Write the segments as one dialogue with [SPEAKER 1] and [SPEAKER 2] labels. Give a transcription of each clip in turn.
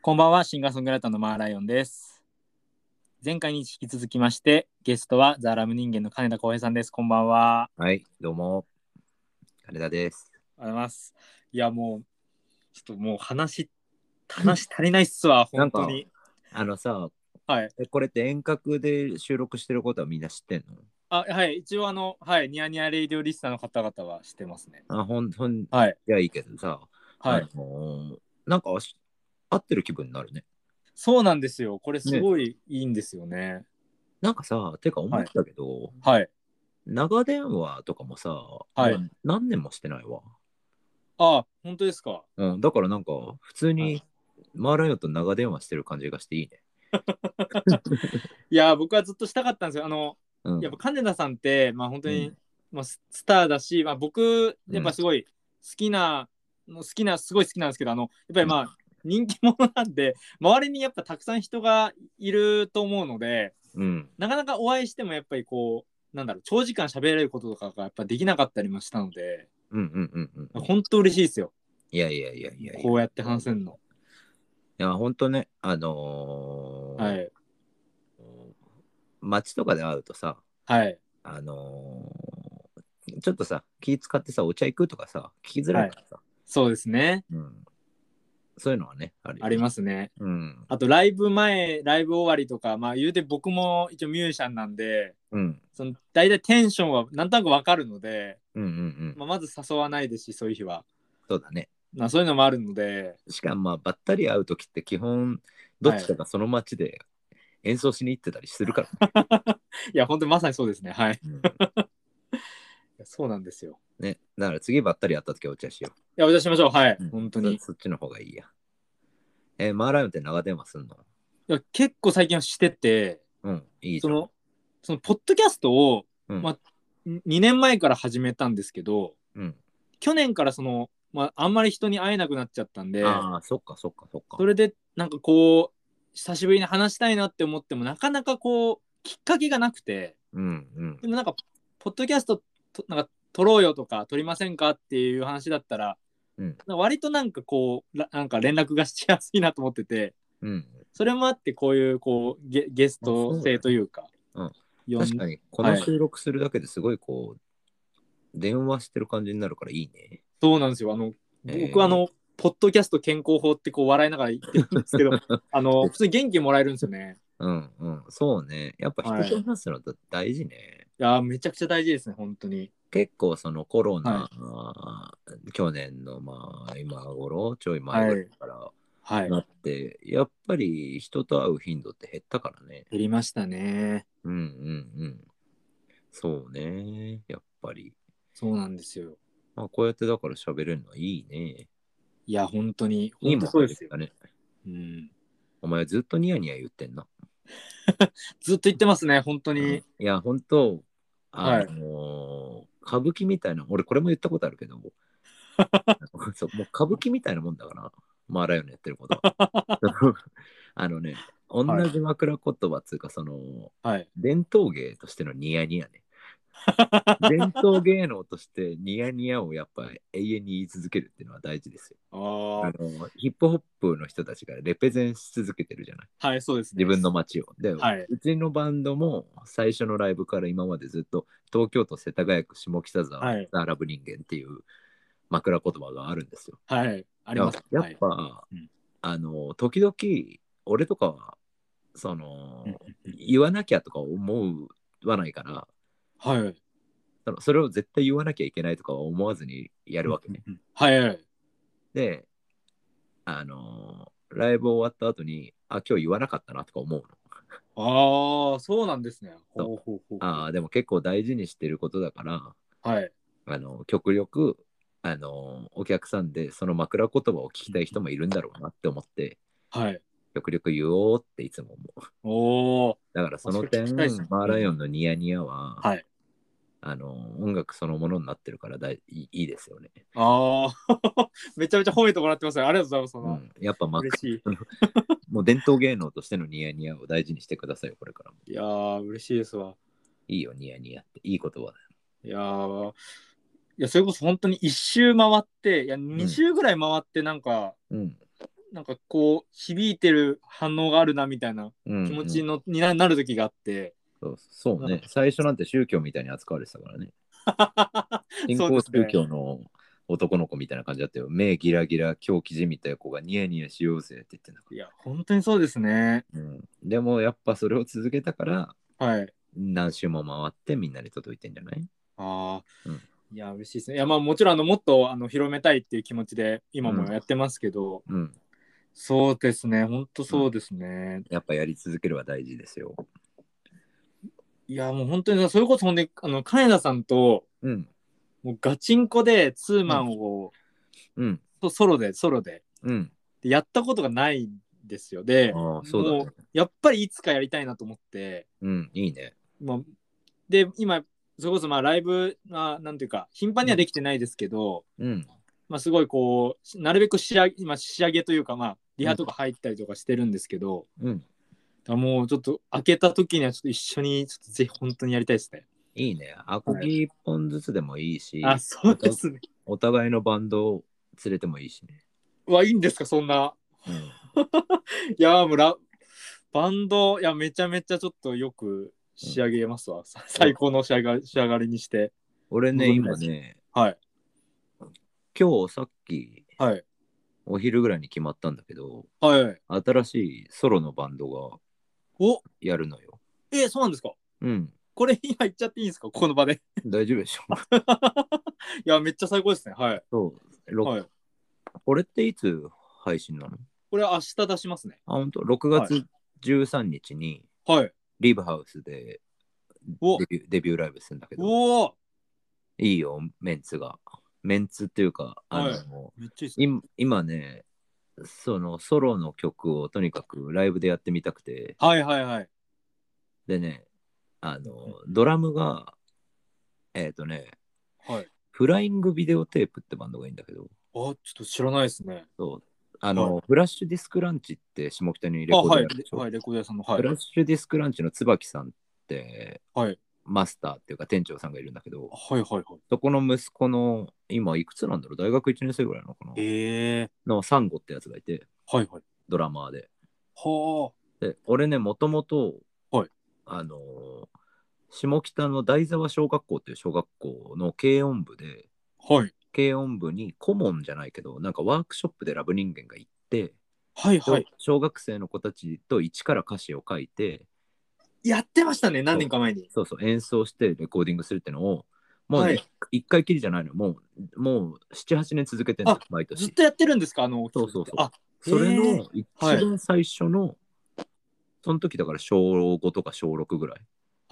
[SPEAKER 1] こんばんは、シンガーソングライターのマーライオンです。前回に引き続きまして、ゲストはザ・ラム人間の金田浩平さんです。こんばんは。
[SPEAKER 2] はい、どうも。金田です。
[SPEAKER 1] ありがとうございます。いや、もう、ちょっともう話、話足り ないっすわ、
[SPEAKER 2] な
[SPEAKER 1] 本
[SPEAKER 2] んか
[SPEAKER 1] 当に。
[SPEAKER 2] あのさ、
[SPEAKER 1] はい。
[SPEAKER 2] えこれって遠隔で収録してることはみんな知ってん
[SPEAKER 1] あ、はい。一応、あの、はい。ニヤニヤレイディオリスナーの方々はしてますね。
[SPEAKER 2] のあ、ほん、ほん、い
[SPEAKER 1] はい。
[SPEAKER 2] や、いいけどさ、
[SPEAKER 1] はい。
[SPEAKER 2] あのーなんかし合ってる気分になるね。
[SPEAKER 1] そうなんですよ。これ、すごいいいんですよね。
[SPEAKER 2] なんかさ、てか思ったけど、
[SPEAKER 1] はい。
[SPEAKER 2] 長電話とかもさ、
[SPEAKER 1] い
[SPEAKER 2] もう何年もしてないわ。
[SPEAKER 1] あ、本当ですか。
[SPEAKER 2] うん、だからなんか、普通
[SPEAKER 1] は
[SPEAKER 2] に
[SPEAKER 1] い
[SPEAKER 2] マーライオンと長電話してる感じがしていいね。
[SPEAKER 1] いや、僕はずっとしたかったんですよ。あの、
[SPEAKER 2] うん、
[SPEAKER 1] やっぱ金田さんって、まあ本当に、
[SPEAKER 2] うん
[SPEAKER 1] まあ、ススターだし、まあ、僕やっぱすごい好きな、好きなすごい好きなんですけどあのやっぱりまあ人気者なんで周りにやっぱたくさん人がいると思うので
[SPEAKER 2] うん、
[SPEAKER 1] なかなかお会いしてもやっぱりこうなんだろう長時間喋れることとかがやっぱできなかったりもしたので
[SPEAKER 2] うん、うん、うん、うん。
[SPEAKER 1] 本当嬉しいですよ
[SPEAKER 2] いやいやいやいやいや。
[SPEAKER 1] こう
[SPEAKER 2] い
[SPEAKER 1] やって話せるの。
[SPEAKER 2] や、ほんとね、あのー
[SPEAKER 1] はい
[SPEAKER 2] 街とかで会うとさ、
[SPEAKER 1] はい
[SPEAKER 2] あのーちょっとさ、気使ってさ、お茶行くとかさ、聞きづらいからさ、
[SPEAKER 1] そうですね
[SPEAKER 2] うん、そういうのはね、あるよ
[SPEAKER 1] ありますね。
[SPEAKER 2] うん。
[SPEAKER 1] あとライブ前ライブ終わりとかまあ言うて僕も一応ミュージシャンなんで。
[SPEAKER 2] うん。
[SPEAKER 1] その大体テンションはなんとなくわかるので、
[SPEAKER 2] うんうんうん。
[SPEAKER 1] まあ、まず誘わないですしそういう日は、
[SPEAKER 2] そうだね。
[SPEAKER 1] まあ、そういうのもあるので
[SPEAKER 2] しかも、まあ、ばったり会うときって基本、どっちかがその街で演奏しに行ってたりするから、
[SPEAKER 1] いや本当にまさにそうですねはい
[SPEAKER 2] うん
[SPEAKER 1] いやそうなんですよ
[SPEAKER 2] ね。だから次ばったり会ったときお茶しよ
[SPEAKER 1] いやお茶しましょうはい、
[SPEAKER 2] う。うん
[SPEAKER 1] 本当にい
[SPEAKER 2] そ。そっちの方がいいや。えーマーライオンって長電話すんの
[SPEAKER 1] や結構最近はしてて
[SPEAKER 2] うん、いいじ
[SPEAKER 1] そ
[SPEAKER 2] ゃん。
[SPEAKER 1] のそのポッドキャストを
[SPEAKER 2] うん
[SPEAKER 1] まあ2年前から始めたんですけど
[SPEAKER 2] うん、
[SPEAKER 1] 去年からその、まあ、あんまり人に会えなくなっちゃったんで
[SPEAKER 2] ああ、そっかそっかそっか。
[SPEAKER 1] それでなんかこう久しぶりに話したいなって思ってもなかなかこうきっかけがなくて
[SPEAKER 2] うんうん
[SPEAKER 1] で。もなんか、ポッドキャストとなんか撮ろうよとか、撮りませんかっていう話だったら、
[SPEAKER 2] うん
[SPEAKER 1] なんか割となんかこう、らなんか連絡がしやすいなと思ってて、
[SPEAKER 2] うん
[SPEAKER 1] それもあって、こういうこうゲゲスト性というか、
[SPEAKER 2] そうだね
[SPEAKER 1] 呼ん
[SPEAKER 2] 確かにこの収録するだけですごいこう、電話してる感じになるからいいね。
[SPEAKER 1] そうなんですよ。あの、
[SPEAKER 2] えー
[SPEAKER 1] 僕あの、ポッドキャスト健康法ってこう笑いながら言ってるんですけど、 あの、普通に元気もらえるんですよね。
[SPEAKER 2] うんうん、そうね。やっぱ人と話すのって大事ね。
[SPEAKER 1] いやー、めちゃくちゃ大事ですね、本当に。
[SPEAKER 2] 結構そのコロナ、去年のまあ今頃ちょい前ぐらいから
[SPEAKER 1] はい。
[SPEAKER 2] なって、やっぱり人と会う頻度って減ったからね。
[SPEAKER 1] 減りましたね。
[SPEAKER 2] うんうんうん。そうね。やっぱり。
[SPEAKER 1] そうなんですよ。
[SPEAKER 2] まあ、こうやってだから喋れるのはいいね。
[SPEAKER 1] いや、本当に。
[SPEAKER 2] いい
[SPEAKER 1] 本
[SPEAKER 2] も
[SPEAKER 1] 当
[SPEAKER 2] ん
[SPEAKER 1] そうですよ。
[SPEAKER 2] だね。
[SPEAKER 1] うん
[SPEAKER 2] お前ずっとニヤニヤ言ってんな。
[SPEAKER 1] ずっと言ってますね、本当
[SPEAKER 2] うん
[SPEAKER 1] に
[SPEAKER 2] い。や、本当あ
[SPEAKER 1] はい
[SPEAKER 2] のー歌舞伎みたいな、俺これも言ったことあるけど、 あのそうもう歌舞伎みたいなもんだから、マーライオンのやってることは。 あのね、同
[SPEAKER 1] はい
[SPEAKER 2] じ枕言葉っつうか、その、
[SPEAKER 1] はい。
[SPEAKER 2] 伝統芸としてのニヤニヤ ね。伝統芸能としてニヤニヤをやっぱ永遠に言い続けるっていうのは大事ですよ。あ
[SPEAKER 1] あ
[SPEAKER 2] のヒップホップの人たちがレペゼンし続けてるじゃない。
[SPEAKER 1] あ。はい、そうですね。
[SPEAKER 2] 自分の街を。で、
[SPEAKER 1] はい。
[SPEAKER 2] うちのバンドも最初のライブから今までずっと東京都世田谷区下北沢、
[SPEAKER 1] はい
[SPEAKER 2] ザ・ラブ人間っていう枕言葉があるんですよ。
[SPEAKER 1] はい。あります。
[SPEAKER 2] や
[SPEAKER 1] は
[SPEAKER 2] っ
[SPEAKER 1] い。
[SPEAKER 2] ぱ、
[SPEAKER 1] うん
[SPEAKER 2] あの時々俺とかはその、
[SPEAKER 1] うんうん
[SPEAKER 2] 言わなきゃとか思わないから
[SPEAKER 1] はい。
[SPEAKER 2] そのそれを絶対言わなきゃいけないとかは思わずにやるわけね。
[SPEAKER 1] うんはいはい。
[SPEAKER 2] であのライブ終わった後にあ今日言わなかったなとか思うの。
[SPEAKER 1] ああ、そうなんですね。
[SPEAKER 2] そう
[SPEAKER 1] ほうほうほう。
[SPEAKER 2] あーでも結構大事にしてることだから。
[SPEAKER 1] はい。
[SPEAKER 2] あの極力あのお客さんでその枕言葉を聞きたい人もいるんだろうなって思って
[SPEAKER 1] はい。
[SPEAKER 2] 極力言おうっていつも思う
[SPEAKER 1] おお。
[SPEAKER 2] だからその
[SPEAKER 1] あ
[SPEAKER 2] 点
[SPEAKER 1] それ聞きたいっすね
[SPEAKER 2] マーライオンのニヤニヤは、
[SPEAKER 1] はい。
[SPEAKER 2] あの音楽そのものになってるからだいいいいですよね、
[SPEAKER 1] ああ。 めちゃめちゃ褒めてもらってますよ。ありがとうございます。そうの
[SPEAKER 2] ん、やっぱ枕
[SPEAKER 1] 嬉し
[SPEAKER 2] もう伝統芸能としてのニヤニヤを大事にしてくださいよこれからも
[SPEAKER 1] い。いやー、嬉しいですわ。
[SPEAKER 2] いいよニヤニヤっていい言葉だよ
[SPEAKER 1] いやー。いやそれこそ本当に一周回って、いや、二周ぐらい回って、なんか、
[SPEAKER 2] うん
[SPEAKER 1] なんかこう響いてる反応があるなみたいな
[SPEAKER 2] うん
[SPEAKER 1] 気持
[SPEAKER 2] う
[SPEAKER 1] ち
[SPEAKER 2] ん
[SPEAKER 1] の、にななる時があ って
[SPEAKER 2] そうそう
[SPEAKER 1] なん
[SPEAKER 2] ね。最初なんて宗教みたいに扱われてたからね。 新
[SPEAKER 1] そうで
[SPEAKER 2] 興
[SPEAKER 1] すね
[SPEAKER 2] 宗教の男の子みたいな感じだったよ。目ギラギラ、狂気じみたいな子がニヤニヤしようぜって言ってんだか
[SPEAKER 1] いや本当にそうですね
[SPEAKER 2] ら。うん、でもやっぱそれを続けたから、
[SPEAKER 1] はい
[SPEAKER 2] 何周も回ってみんなに届いてんじゃない
[SPEAKER 1] ああ、
[SPEAKER 2] うん
[SPEAKER 1] いや嬉しいですねいやまあもちろんあのもっとあの広めたいっていう気持ちで今もやってますけど、
[SPEAKER 2] うん。
[SPEAKER 1] そうですね本当そうですね、
[SPEAKER 2] やっぱやり続けるは大事ですよ。
[SPEAKER 1] いやもう本当にそれこそほんであの金田さんと
[SPEAKER 2] うん。
[SPEAKER 1] もうガチンコでツーマンを、
[SPEAKER 2] うん。
[SPEAKER 1] そうソロでソロで
[SPEAKER 2] うん。
[SPEAKER 1] でやったことがないんですよで
[SPEAKER 2] ああ、そうだ
[SPEAKER 1] も
[SPEAKER 2] ね
[SPEAKER 1] う。やっぱりいつかやりたいなと思って、
[SPEAKER 2] うん、いいね。
[SPEAKER 1] まあ、で今それこそまあライブはなんていうか頻繁にはできてないですけど、
[SPEAKER 2] うん。
[SPEAKER 1] まあ、すごいこうなるべく仕上げ,、まあ、仕上げというかまあリハとか入ったりとかしてるんですけど、
[SPEAKER 2] うん。
[SPEAKER 1] だからもうちょっと開けた時にはちょっと一緒にちょっとぜひ本当にやりたいですね。
[SPEAKER 2] いいね。アコギ一本ずつでもいいし、
[SPEAKER 1] あそうですね。
[SPEAKER 2] お互いのバンドを連れてもいいしね。
[SPEAKER 1] はいいんですかそんな。
[SPEAKER 2] うん。
[SPEAKER 1] いやーもうラバンドいやめちゃめちゃちょっとよく仕上げますわ、さ最高の仕上が仕上がりにして。
[SPEAKER 2] 俺ね、
[SPEAKER 1] 望み
[SPEAKER 2] 今ね、
[SPEAKER 1] はい
[SPEAKER 2] 今日さっき
[SPEAKER 1] はい
[SPEAKER 2] お昼ぐらいに決まったんだけど、
[SPEAKER 1] はい。
[SPEAKER 2] 新しいソロのバンドが
[SPEAKER 1] お
[SPEAKER 2] やるのよ。
[SPEAKER 1] えそうなんですか
[SPEAKER 2] うん。
[SPEAKER 1] これ今言っちゃっていいんですかここの場で。い
[SPEAKER 2] 大丈夫でしょ
[SPEAKER 1] やめっちゃ最高ですね。はい。
[SPEAKER 2] そう。ろ
[SPEAKER 1] はい、
[SPEAKER 2] これっていつ配信なの
[SPEAKER 1] これ明日出しますね。
[SPEAKER 2] あ、本当。6月13日に
[SPEAKER 1] はい。
[SPEAKER 2] リブハウスで
[SPEAKER 1] お
[SPEAKER 2] デビューデビューライブするんだけど、
[SPEAKER 1] おお
[SPEAKER 2] いいよ、メンツが。メンツっていうか、あの、
[SPEAKER 1] めっちゃいいですね。
[SPEAKER 2] 今今ね、そのソロの曲をとにかくライブでやってみたくて、
[SPEAKER 1] はいはいはい。
[SPEAKER 2] でね、あの、ドラムが、えっ、とね、
[SPEAKER 1] はい。
[SPEAKER 2] フライングビデオテープってバンドがいいんだけど、
[SPEAKER 1] あ、ちょっと知らないですね。
[SPEAKER 2] そうあの、
[SPEAKER 1] は
[SPEAKER 2] フラッシュディスクランチって下北にレ
[SPEAKER 1] あ、
[SPEAKER 2] コード
[SPEAKER 1] は
[SPEAKER 2] や
[SPEAKER 1] い。
[SPEAKER 2] るでしょ、
[SPEAKER 1] はい、レコード屋さんの。はい
[SPEAKER 2] フ。ラッシュディスクランチの椿さんって、
[SPEAKER 1] はい
[SPEAKER 2] マスターっていうか店長さんがいるんだけど、
[SPEAKER 1] はいはいはい。
[SPEAKER 2] そこの息子の、今いくつなんだろう大学1年生ぐらいなのかな
[SPEAKER 1] ええ
[SPEAKER 2] のサンゴってやつがいて、
[SPEAKER 1] はいはい。
[SPEAKER 2] ドラマーで。
[SPEAKER 1] は
[SPEAKER 2] で、俺ね、もともと、
[SPEAKER 1] はい
[SPEAKER 2] あのー下北の大沢小学校っていう小学校の軽音部で、
[SPEAKER 1] あ。はい。
[SPEAKER 2] 軽音部に顧問じゃないけど、なんかワークショップでラブ人間が行って、
[SPEAKER 1] はいはい。
[SPEAKER 2] 小学生の子たちと一から歌詞を書いて、
[SPEAKER 1] やってましたね、何年か前に。
[SPEAKER 2] そうそう、演奏してレコーディングするってのを、もう
[SPEAKER 1] は
[SPEAKER 2] ね、
[SPEAKER 1] い
[SPEAKER 2] 一回きりじゃないの、もう、もう7、8年続けてるの
[SPEAKER 1] あ、
[SPEAKER 2] 毎
[SPEAKER 1] ずっ
[SPEAKER 2] 年。
[SPEAKER 1] とやってるんですかあの、
[SPEAKER 2] そうそうそう
[SPEAKER 1] あ、
[SPEAKER 2] それ
[SPEAKER 1] へ
[SPEAKER 2] の
[SPEAKER 1] ー
[SPEAKER 2] 一
[SPEAKER 1] はい
[SPEAKER 2] 番最初の、その時だから小5とか小6ぐらい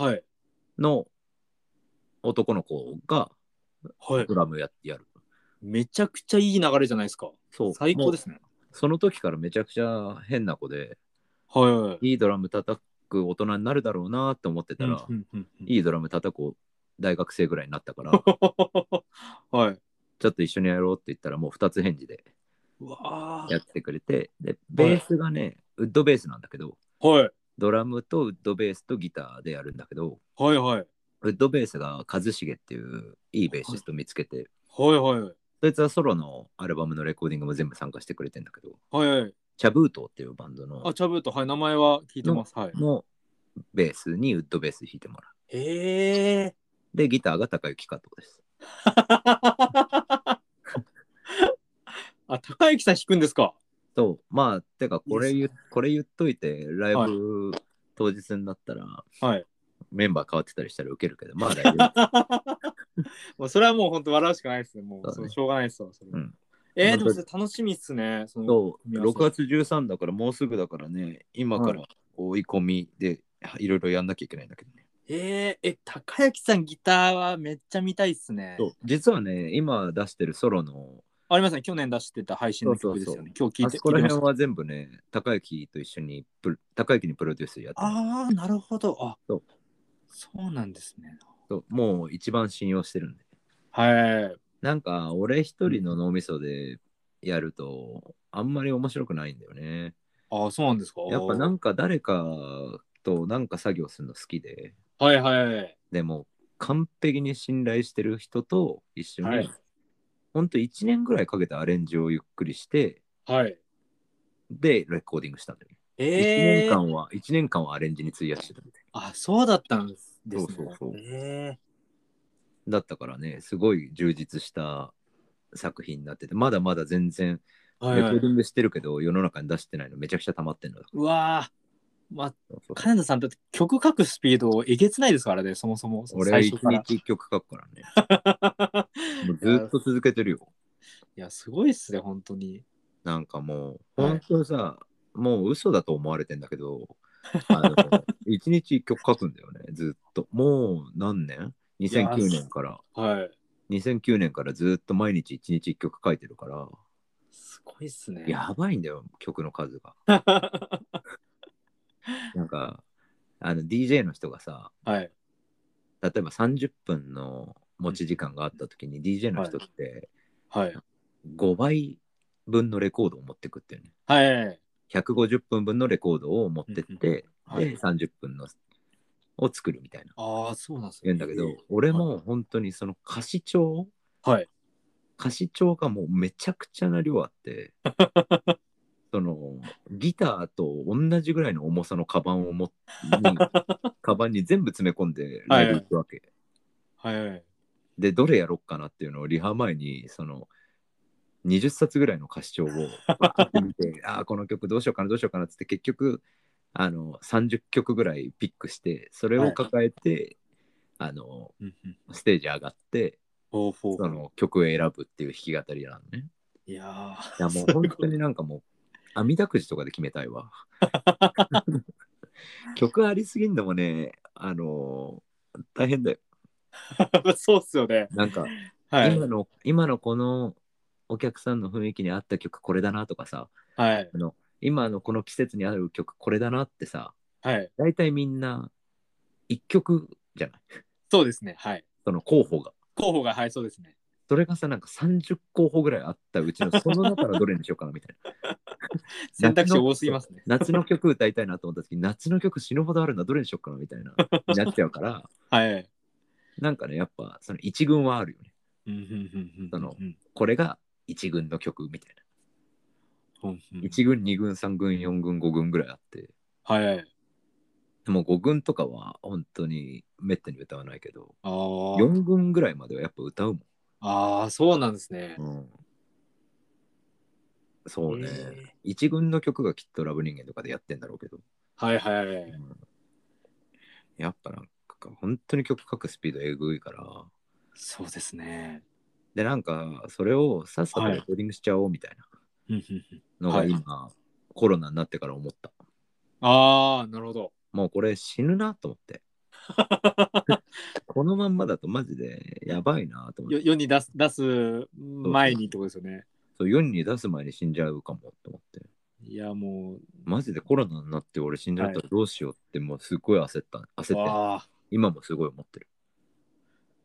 [SPEAKER 1] はい。
[SPEAKER 2] の男の子が
[SPEAKER 1] はい
[SPEAKER 2] ド。ラムやってやる。
[SPEAKER 1] めちゃくちゃいい流れじゃないですか。
[SPEAKER 2] そう。
[SPEAKER 1] 最高ですすね。
[SPEAKER 2] もうその時からめちゃくちゃ変な子で、
[SPEAKER 1] はいはい。
[SPEAKER 2] いいドラム叩く大人になるだろうなって思ってたら、
[SPEAKER 1] うんうんうん
[SPEAKER 2] いいドラム叩く大学生ぐらいになっ たから、ち
[SPEAKER 1] うん はい。
[SPEAKER 2] ょっと一緒にやろうって言ったら、もう2つ返事で
[SPEAKER 1] うわあ
[SPEAKER 2] やってくれて、 で、ベースがね、ウッドベースなんだけど、
[SPEAKER 1] はい。
[SPEAKER 2] ドラムとウッドベースとギターでやるんだけど、
[SPEAKER 1] はいはい。
[SPEAKER 2] ウッドベースが一茂っていういいベーシスト見つけて、
[SPEAKER 1] はいはい。
[SPEAKER 2] そいつはソロのアルバムのレコーディングも全部参加してくれてんだけど、
[SPEAKER 1] はいはい。
[SPEAKER 2] チャブートっていうバンド
[SPEAKER 1] あ、
[SPEAKER 2] の
[SPEAKER 1] チャブート、はい、名前は聞いてます。はい。
[SPEAKER 2] のベースにウッドベース弾いてもらう。
[SPEAKER 1] へえ。
[SPEAKER 2] で、ギターが高幸加藤です。
[SPEAKER 1] あ、高之さん弾くんですか。
[SPEAKER 2] と、まあ、てかこれ
[SPEAKER 1] いい
[SPEAKER 2] 言
[SPEAKER 1] っ
[SPEAKER 2] うこれ言っといて、ライブ当日になったら、
[SPEAKER 1] はい
[SPEAKER 2] メンバー変わってたりしたらウケるけど、ま あ大丈夫。
[SPEAKER 1] もうそれはもう本当笑うしかないですね。もう
[SPEAKER 2] そうだね
[SPEAKER 1] そうしょうがないですわ。それは
[SPEAKER 2] うん
[SPEAKER 1] えー、でもそれ楽しみっすね。その
[SPEAKER 2] そう6月13だからもうすぐだからね、今から追い込みでいろいろやんなきゃいけないんだけどね。
[SPEAKER 1] えー、え、高之さんギターはめっちゃ見たいっすね。
[SPEAKER 2] そう実はね、今出してるソロの
[SPEAKER 1] ありますね。去年出してた配信の曲ですよね。今日聞
[SPEAKER 2] あ
[SPEAKER 1] いて
[SPEAKER 2] そこら
[SPEAKER 1] 聞いてました
[SPEAKER 2] 辺は全部ね、高之と一緒にプロ、高之にプロデュースやってます
[SPEAKER 1] ああ、なるほど。あ
[SPEAKER 2] そう
[SPEAKER 1] そうなんですね。
[SPEAKER 2] そうもう一番信用してるんで。
[SPEAKER 1] はい。
[SPEAKER 2] なんか、俺一人の脳みそでやると、あんまり面白くないんだよね。
[SPEAKER 1] ああ、そうなんですか。
[SPEAKER 2] やっぱなんか誰かとなんか作業するの好きで、
[SPEAKER 1] はいはい。
[SPEAKER 2] でも完璧に信頼してる人と一緒に、
[SPEAKER 1] はい
[SPEAKER 2] ほんと1年ぐらいかけてアレンジをゆっくりして、
[SPEAKER 1] はい。
[SPEAKER 2] でレコーディングしたんだよね。
[SPEAKER 1] え
[SPEAKER 2] 1年
[SPEAKER 1] えー。
[SPEAKER 2] 間は、一年間はアレンジに費やしてたみたい
[SPEAKER 1] あ、そうだったんですね。
[SPEAKER 2] そうそうそう
[SPEAKER 1] え
[SPEAKER 2] だったからね、すごい充実した作品になってて、まだまだ全然
[SPEAKER 1] えは
[SPEAKER 2] レ
[SPEAKER 1] い
[SPEAKER 2] コ
[SPEAKER 1] は
[SPEAKER 2] ーデ
[SPEAKER 1] い。
[SPEAKER 2] ィングしてるけど、世の中に出してないのめちゃくちゃ溜まってんのだか
[SPEAKER 1] うわーまあ、
[SPEAKER 2] ら。そうそう
[SPEAKER 1] 金田さんだって曲書くスピードえげつないですからね、そもそも。
[SPEAKER 2] 俺は
[SPEAKER 1] 最
[SPEAKER 2] 一
[SPEAKER 1] 初から
[SPEAKER 2] 日一曲書くから
[SPEAKER 1] い
[SPEAKER 2] ね。もうずっと続けてるよ。
[SPEAKER 1] や、す ごいっすね、本当に。
[SPEAKER 2] なんかもう、
[SPEAKER 1] はい
[SPEAKER 2] 本当にさ、もう嘘だと思われてんだけ ど、あの一日一曲書くんだよね、ずっと。もう何年
[SPEAKER 1] や
[SPEAKER 2] ?2009 年から。
[SPEAKER 1] はい。
[SPEAKER 2] 2009年からずっと毎日一日一曲書いてるから、
[SPEAKER 1] すごいっすね。
[SPEAKER 2] やばいんだよ、曲の数が。
[SPEAKER 1] は
[SPEAKER 2] なんか、あの DJ の人がさ、
[SPEAKER 1] い。
[SPEAKER 2] 例えば30分の持ち時間があった時に DJ の人って
[SPEAKER 1] はい。
[SPEAKER 2] 5倍分のレコードを持ってくっていうね。
[SPEAKER 1] はい。
[SPEAKER 2] 150分分のレコードを持ってって、で
[SPEAKER 1] はい
[SPEAKER 2] 30分のを作るみたいな。
[SPEAKER 1] ああ、そうなんです
[SPEAKER 2] 言
[SPEAKER 1] ね。
[SPEAKER 2] うんだけど、俺も本当にその歌詞帳
[SPEAKER 1] はい。
[SPEAKER 2] 歌詞帳がもうめちゃくちゃな量あって そのギターと同じぐらいの重さのカバンを持ってカバンに全部詰め込んでライブ行くわけ、
[SPEAKER 1] はい。
[SPEAKER 2] でどれやろっかなっていうのをリハ前にその20冊ぐらいの歌詞 帳をバーって見てああこの曲どうしようかなどうしようかなっつって結局あの30曲ぐらいピックしてそれを抱えて、あの
[SPEAKER 1] うんうん
[SPEAKER 2] ステージ上がって
[SPEAKER 1] ほうほう
[SPEAKER 2] その曲を選ぶっていう弾き語りなのね。
[SPEAKER 1] いやー
[SPEAKER 2] いやも
[SPEAKER 1] す
[SPEAKER 2] う
[SPEAKER 1] ご
[SPEAKER 2] 本
[SPEAKER 1] い
[SPEAKER 2] 当になんかもう、あみだくじとかで決めたい わ。曲ありすぎんのもね、あのー大変だよ。
[SPEAKER 1] そうっすよね。
[SPEAKER 2] なんか、
[SPEAKER 1] はい。
[SPEAKER 2] 今の、今のこのお客さんの雰囲気に合った曲これだなとかさ、
[SPEAKER 1] はい。
[SPEAKER 2] あの今のこの季節に合う曲これだなってさ、
[SPEAKER 1] はい。
[SPEAKER 2] 大体みんな一曲じゃない
[SPEAKER 1] そうですね。はい。
[SPEAKER 2] その候補が。
[SPEAKER 1] 候補が、はい、そうですね。
[SPEAKER 2] それがさ、なんか30候補ぐらいあったうちのその中からどれにしようかなみたいな。
[SPEAKER 1] 選択肢多すぎますね。
[SPEAKER 2] 夏の曲歌いたいなと思った時に夏の曲死ぬほどあるんだどれにしよっかなみたいなになっちゃうから
[SPEAKER 1] はい。
[SPEAKER 2] なんかねやっぱその一軍はあるよね
[SPEAKER 1] うんうんうんうん
[SPEAKER 2] その
[SPEAKER 1] うん
[SPEAKER 2] これが一軍の曲みたい
[SPEAKER 1] うんうん
[SPEAKER 2] な一軍二軍三軍四軍五軍ぐらいあって
[SPEAKER 1] はい。
[SPEAKER 2] でも五軍とかは本当にめったに歌わないけど
[SPEAKER 1] あー
[SPEAKER 2] 四軍ぐらいまではやっぱ歌う
[SPEAKER 1] あー、そうなんですね。
[SPEAKER 2] もん、うん、そうね、
[SPEAKER 1] へえ
[SPEAKER 2] 一軍の曲がきっとラブ人間とかでやってんだろうけど、
[SPEAKER 1] はいはいは
[SPEAKER 2] う
[SPEAKER 1] い。
[SPEAKER 2] んやっぱなんか本当に曲書くスピードえぐいから
[SPEAKER 1] そうですね。
[SPEAKER 2] でなんかそれをさっさとレコーディングしちゃおうみたい
[SPEAKER 1] うんうんうん
[SPEAKER 2] なのが
[SPEAKER 1] はい
[SPEAKER 2] 今、コロナになってから思った
[SPEAKER 1] ああ、なるほど。
[SPEAKER 2] もうこれ死ぬなと思って このまんまだとマジでやばいなと思っ
[SPEAKER 1] よ
[SPEAKER 2] て
[SPEAKER 1] 世に出す出す前にってことですよね。
[SPEAKER 2] そう世に出す前に死んじゃうかもと思って
[SPEAKER 1] いやも
[SPEAKER 2] マジでコロナになって俺死んじゃったらどうしようってもうすごい焦った
[SPEAKER 1] う、
[SPEAKER 2] 焦って
[SPEAKER 1] わあ
[SPEAKER 2] 今もすごい思ってる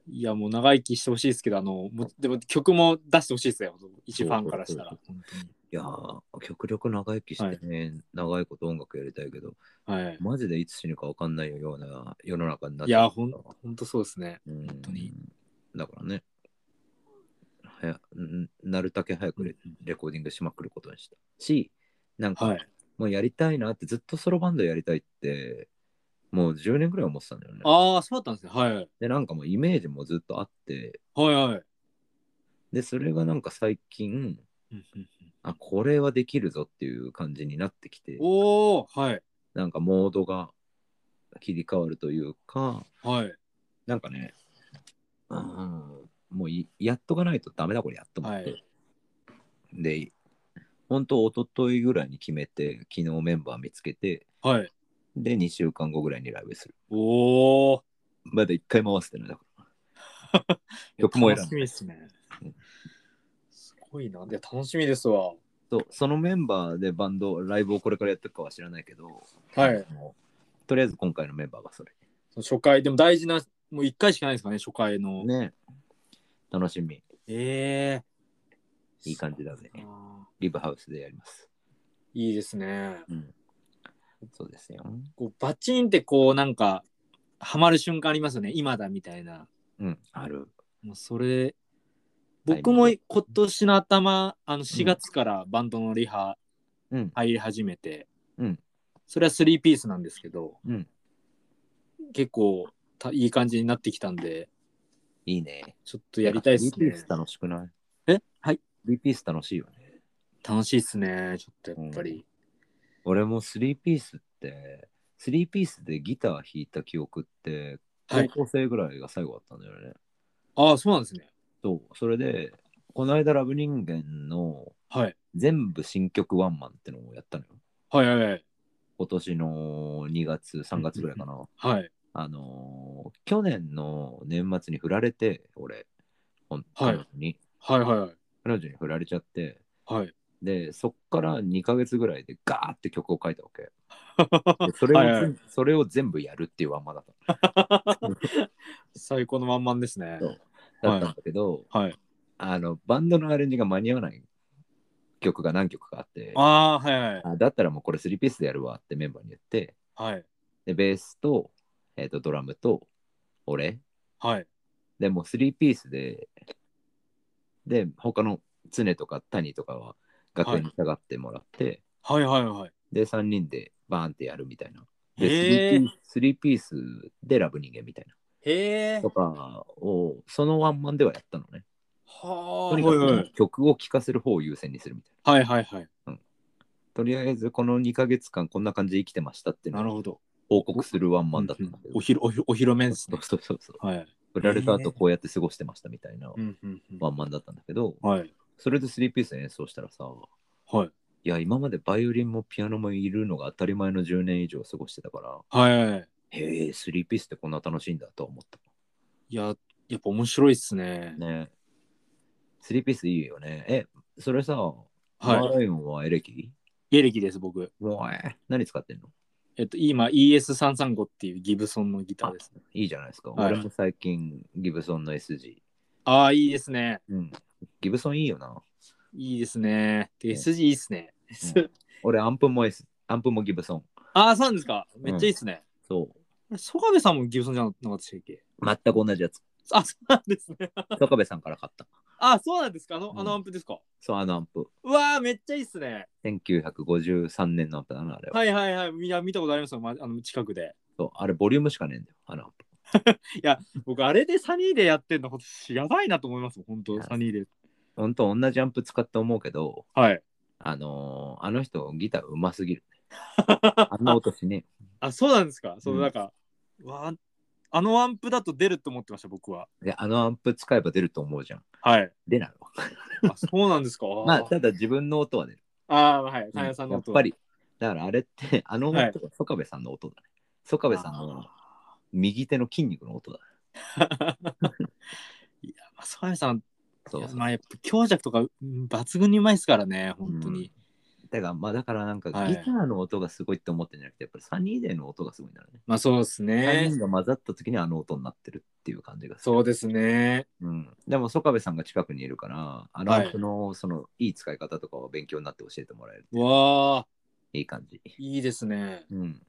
[SPEAKER 1] いやもう長生きしてほしいですけど、あのもうでも曲も出してほしいですよ、一ファンからしたら。本
[SPEAKER 2] いやー極力長生きしてね、長いこと音楽やりたいけど
[SPEAKER 1] 当にはい、
[SPEAKER 2] マジでいつ死ぬか分かんないような世の中になっ
[SPEAKER 1] い
[SPEAKER 2] ちゃ
[SPEAKER 1] や
[SPEAKER 2] った
[SPEAKER 1] ほん本当そうですね。
[SPEAKER 2] うん
[SPEAKER 1] 当に。
[SPEAKER 2] だからね、はやうんなるだけ早くレ,、
[SPEAKER 1] うん
[SPEAKER 2] コーディングしまくることにしたし、なんか、
[SPEAKER 1] はい、
[SPEAKER 2] もうやりたいなって、ずっとソロバンドやりたいって、もう10年ぐらい思ってたんだよね。
[SPEAKER 1] ああ、そうだったんですね。はいはい
[SPEAKER 2] で、なんかもうイメージもずっとあって、
[SPEAKER 1] はい。
[SPEAKER 2] で、それがなんか最近、
[SPEAKER 1] うんうんうん
[SPEAKER 2] あ、これはできるぞっていう感じになってきて、
[SPEAKER 1] おお、はい
[SPEAKER 2] なんかモードが切り替わるというか、
[SPEAKER 1] はい。
[SPEAKER 2] なんかね、うん、もういやっとかないとダメだこれやっと思って。
[SPEAKER 1] は
[SPEAKER 2] で、本当一昨日ぐらいに決めて、昨日メンバー見つけて、
[SPEAKER 1] はい。
[SPEAKER 2] で、2週間後ぐらいにライブする。
[SPEAKER 1] おお。
[SPEAKER 2] まだ1回回してないだ から。曲も選んだ
[SPEAKER 1] 楽しみですね
[SPEAKER 2] うん。
[SPEAKER 1] すごいな。いや楽しみですわ。
[SPEAKER 2] そうそのメンバーでバンド、ライブをこれからやっていくかは知らないけど、
[SPEAKER 1] はい
[SPEAKER 2] あのとりあえず今回のメンバーがそれ。
[SPEAKER 1] その初回、でも大事な、もう1回しかないですかね、初回の。
[SPEAKER 2] ね。楽しみ。
[SPEAKER 1] ええ
[SPEAKER 2] いい感じだぜ
[SPEAKER 1] そうか
[SPEAKER 2] リブハウスでやります。
[SPEAKER 1] いいですね。
[SPEAKER 2] うん。そうですよ。
[SPEAKER 1] こうバチンってこうなんかハマる瞬間ありますよね。今だみたいな。
[SPEAKER 2] うん、ある。
[SPEAKER 1] もうそれ
[SPEAKER 2] タイミング
[SPEAKER 1] 僕も今年の頭あの4月からバンドのリハ
[SPEAKER 2] うん
[SPEAKER 1] 入り始めて、
[SPEAKER 2] うん
[SPEAKER 1] それは3ピースなんですけど、
[SPEAKER 2] うん
[SPEAKER 1] 結構たいい感じになってきたんで
[SPEAKER 2] いいね。
[SPEAKER 1] ちょっとやりたいです
[SPEAKER 2] スリーピー
[SPEAKER 1] ね
[SPEAKER 2] ス楽しくない
[SPEAKER 1] えはい。
[SPEAKER 2] 3ピース楽しいよね。
[SPEAKER 1] 楽しいっすねちょっとやっぱり、
[SPEAKER 2] 俺も3ピースって、3ピースでギター弾いた記憶って、
[SPEAKER 1] はい
[SPEAKER 2] 高校生ぐらいが最後だったんだよね。
[SPEAKER 1] ああそうなんですね
[SPEAKER 2] そう、それで、この間ラブ人間の
[SPEAKER 1] はい
[SPEAKER 2] 全部新曲ワンマンってのをやったのよ。
[SPEAKER 1] はいはいはい
[SPEAKER 2] 今年の2月、3月ぐらいかな。
[SPEAKER 1] はい
[SPEAKER 2] あのー去年の年末に振られて、俺、ほん
[SPEAKER 1] はい
[SPEAKER 2] 彼女に、
[SPEAKER 1] はいはいはい
[SPEAKER 2] 彼女に振られちゃって、
[SPEAKER 1] はい
[SPEAKER 2] で、そっから2ヶ月ぐらいでガーって曲を書いたわけ。でそれを
[SPEAKER 1] はい
[SPEAKER 2] 全、
[SPEAKER 1] はい
[SPEAKER 2] それを全部やるっていうワンマンだった
[SPEAKER 1] 最高のまんまんですね
[SPEAKER 2] そうだったんだけど、
[SPEAKER 1] はい
[SPEAKER 2] あの、バンドのアレンジが間に合わない曲が何曲かあって、
[SPEAKER 1] ああーはいはい
[SPEAKER 2] あだったらもうこれ3ピースでやるわってメンバーに言って、
[SPEAKER 1] はい
[SPEAKER 2] で、ベースと、えっ、と、ドラムと、俺、
[SPEAKER 1] はい
[SPEAKER 2] でもう3ピースで、で、他の常とか谷とかは学園に下がってもらって、
[SPEAKER 1] はいはいはい
[SPEAKER 2] で、3人でバーンってやるみたいな。で、
[SPEAKER 1] へえ
[SPEAKER 2] 3ピースピースでラブ人間みたい
[SPEAKER 1] へえ
[SPEAKER 2] な。とかを、そのワンマンではやったのね。
[SPEAKER 1] はあ
[SPEAKER 2] と
[SPEAKER 1] はい
[SPEAKER 2] にか
[SPEAKER 1] は
[SPEAKER 2] く
[SPEAKER 1] い
[SPEAKER 2] 曲を聴かせる方を優先にするみたいな。
[SPEAKER 1] はいはいはい
[SPEAKER 2] とりあえず、この2ヶ月間こんな感じで生きてましたっていう
[SPEAKER 1] なる
[SPEAKER 2] のを
[SPEAKER 1] ほど
[SPEAKER 2] 報告するワンマンだったんだけ
[SPEAKER 1] うん
[SPEAKER 2] ど。
[SPEAKER 1] おひろおひお披露目です
[SPEAKER 2] そ
[SPEAKER 1] ね
[SPEAKER 2] うそうそうそう。
[SPEAKER 1] はい
[SPEAKER 2] 売られた
[SPEAKER 1] へえ
[SPEAKER 2] 後こうやって過ごしてましたみたいな
[SPEAKER 1] うんうんうん
[SPEAKER 2] ワンマンだったんだけど、
[SPEAKER 1] はい
[SPEAKER 2] それで3ピース演奏したらさ、
[SPEAKER 1] はい
[SPEAKER 2] いや、今までバイオリンもピアノもいるのが当たり前の10年以上過ごしてたから、
[SPEAKER 1] はいはい
[SPEAKER 2] へえ、スリーピースってこんな楽しいんだと思った。
[SPEAKER 1] いややっぱ面白いっすね
[SPEAKER 2] ねスリーピースいいよね。え、それさ、マー
[SPEAKER 1] は
[SPEAKER 2] ライオンはエレキ
[SPEAKER 1] いエレキです僕
[SPEAKER 2] うわえ何使ってんの
[SPEAKER 1] えっと今 ES335 っていうギブソンのギターですね
[SPEAKER 2] いいじゃないですか。
[SPEAKER 1] はい
[SPEAKER 2] 俺も最近、ギブソンの SG。
[SPEAKER 1] ああいいですね
[SPEAKER 2] うん。ギブソンいいよな。
[SPEAKER 1] いいですねで
[SPEAKER 2] うん
[SPEAKER 1] SG いいっすね
[SPEAKER 2] う俺、アンプも S、アンプもギブソン。
[SPEAKER 1] ああそうなんですかめっちゃいいっすね
[SPEAKER 2] そう。
[SPEAKER 1] 曽我部さんもギブソンじゃなかったでしたっけ
[SPEAKER 2] 全く同じやつ。
[SPEAKER 1] あそうなんですね
[SPEAKER 2] 高部さんから買った。
[SPEAKER 1] あそうなんですかあの
[SPEAKER 2] うん
[SPEAKER 1] あのアンプですか
[SPEAKER 2] そう、あのアンプ。
[SPEAKER 1] うわーめっちゃいいっすね
[SPEAKER 2] 1953年のアンプだな、あれは。
[SPEAKER 1] はいはいはいみんな見たことありますよまあの近くで
[SPEAKER 2] そう、あれ、ボリュームしかねえんだよ、あのアンプ。
[SPEAKER 1] 僕あれでサニーでやってんのほんとやばいなと思いますもん本
[SPEAKER 2] い
[SPEAKER 1] 当
[SPEAKER 2] や
[SPEAKER 1] サニーで
[SPEAKER 2] 本当同じアンプ使って思うけど、
[SPEAKER 1] はい
[SPEAKER 2] あのーあの人ギターうますぎる。 あんな音しね
[SPEAKER 1] あそうなんですかその
[SPEAKER 2] うん
[SPEAKER 1] なんか、わーあのアンプだと出ると思ってました僕は
[SPEAKER 2] え。いや、あのアンプ使えば出ると思うじゃん。
[SPEAKER 1] はい
[SPEAKER 2] 出ないわ。
[SPEAKER 1] あそうなん ですか
[SPEAKER 2] まあ、ただ自分の音は出る。
[SPEAKER 1] あーはい金谷さんの音
[SPEAKER 2] やっぱり、だからあれって、あの音
[SPEAKER 1] はい
[SPEAKER 2] はソカベさんの音だね。ソカベさんの右手の筋肉の音だね。
[SPEAKER 1] いやまあ曽我さん
[SPEAKER 2] そうそう
[SPEAKER 1] いやまあやっぱ強弱とかうん抜群にうまいですからね本当に、
[SPEAKER 2] だから、まあ、だからなんか
[SPEAKER 1] はい
[SPEAKER 2] ギターの音がすごいって思ってんじゃなくて、やっぱりサニーデーの音がすごいんだよね。
[SPEAKER 1] まあそうです
[SPEAKER 2] 3
[SPEAKER 1] ね
[SPEAKER 2] 人が混ざった時にあの音になってるっていう感じがする。
[SPEAKER 1] そうですね
[SPEAKER 2] うん、でも、ソカベさんが近くにいるから、あの
[SPEAKER 1] はい
[SPEAKER 2] アンプの、その、いい使い方とかを勉強になって教えてもらえる。
[SPEAKER 1] わあ
[SPEAKER 2] いい感じ。
[SPEAKER 1] いいですね
[SPEAKER 2] うん。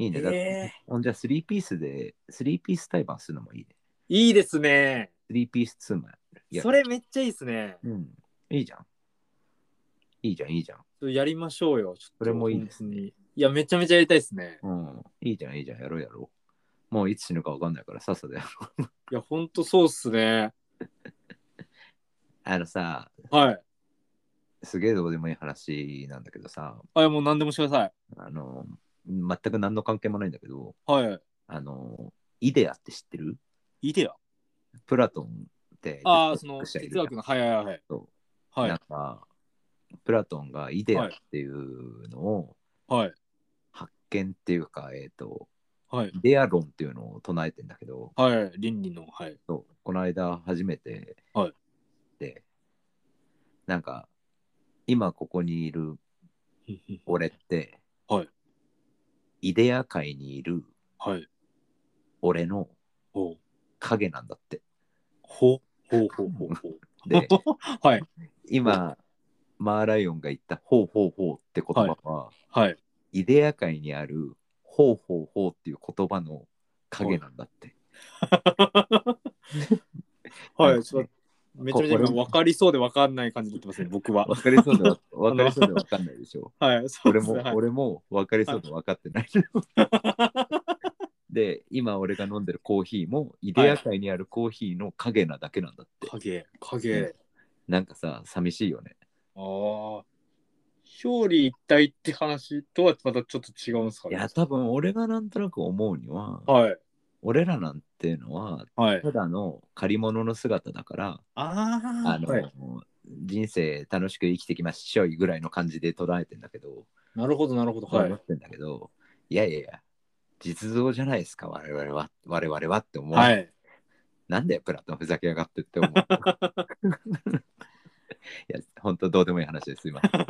[SPEAKER 2] いいね。だって
[SPEAKER 1] え
[SPEAKER 2] ほんじゃ、3ピースで、3ピース対バンするのもいいね。
[SPEAKER 1] ー、いいですね
[SPEAKER 2] 3ピース2もやる。いや
[SPEAKER 1] それめっちゃいいですね
[SPEAKER 2] うん。いいじゃん。いいじゃん、いいじゃん。
[SPEAKER 1] ちょっとやりましょうよちょっと
[SPEAKER 2] それもいいです
[SPEAKER 1] 本当にいやめちゃめちゃやりたいですね
[SPEAKER 2] うん。いいじゃん、いいじゃん。やろうやろう。もういつ死ぬかわかんないから、さっさとやろう。
[SPEAKER 1] いやほんとそうっすね
[SPEAKER 2] あのさ、
[SPEAKER 1] はい
[SPEAKER 2] すげえどうでもいい話なんだけどさ、
[SPEAKER 1] あいやもう何でもしてください
[SPEAKER 2] あの、全く何の関係もないんだけど、
[SPEAKER 1] は
[SPEAKER 2] あの、イデアって知ってる
[SPEAKER 1] いいてよ
[SPEAKER 2] プラトンって
[SPEAKER 1] ああその
[SPEAKER 2] 哲学者いる
[SPEAKER 1] 哲
[SPEAKER 2] じゃん
[SPEAKER 1] 学のはいはいはい
[SPEAKER 2] そう
[SPEAKER 1] はい
[SPEAKER 2] なんかプラトンがイデアっていうのを
[SPEAKER 1] はい
[SPEAKER 2] 発見っていうか、えっ、と
[SPEAKER 1] はい
[SPEAKER 2] イデア論っていうのを唱えてんだけど
[SPEAKER 1] はい倫理のはい
[SPEAKER 2] そうこの間初めて、
[SPEAKER 1] はい
[SPEAKER 2] でなんか今ここにいる俺って、
[SPEAKER 1] はい
[SPEAKER 2] イデア界にいる
[SPEAKER 1] はい
[SPEAKER 2] 俺の
[SPEAKER 1] ほう
[SPEAKER 2] 影なんだって
[SPEAKER 1] ほうほうほうほうほう
[SPEAKER 2] で
[SPEAKER 1] はい
[SPEAKER 2] 今マーライオンが言った「ほうほうほう」って言葉は、
[SPEAKER 1] はい
[SPEAKER 2] イデア界にある「ほうほうほう」っていう言葉の影なんだって。
[SPEAKER 1] はい、ちょっとめちゃめちゃ今分かりそうで分かんない感じで言ってますね、僕は。
[SPEAKER 2] わかりそう でわわかりそうでわかんないでしょ。
[SPEAKER 1] はい、そう
[SPEAKER 2] 俺
[SPEAKER 1] です
[SPEAKER 2] も
[SPEAKER 1] ね。はい
[SPEAKER 2] 俺もわかりそうで分かってない。で、今俺が飲んでるコーヒーも、イデア界にあるコーヒーの影なだけなんだって。
[SPEAKER 1] 影、影。
[SPEAKER 2] なんかさ、寂しいよね。
[SPEAKER 1] ああ。表裏一体って話とはまたちょっと違うんですか
[SPEAKER 2] い
[SPEAKER 1] ね。
[SPEAKER 2] や、多分俺がなんとなく思うには、
[SPEAKER 1] はい。
[SPEAKER 2] 俺らなんていうのは、
[SPEAKER 1] はい。
[SPEAKER 2] ただの借り物の姿だから、
[SPEAKER 1] ああ。
[SPEAKER 2] あの、
[SPEAKER 1] はい、
[SPEAKER 2] 人生楽しく生きてきましょいぐらいの感じで捉えてんだけど、
[SPEAKER 1] なるほど、なるほど。は
[SPEAKER 2] 思
[SPEAKER 1] い
[SPEAKER 2] っ。てんだけど、い、やいやいや、実像じゃないですか、我々は、我々はって思う。
[SPEAKER 1] はい。
[SPEAKER 2] なんだよ、プラトンふざけやがってって思う。 いや、本当どうでもいい話です、すいません。だ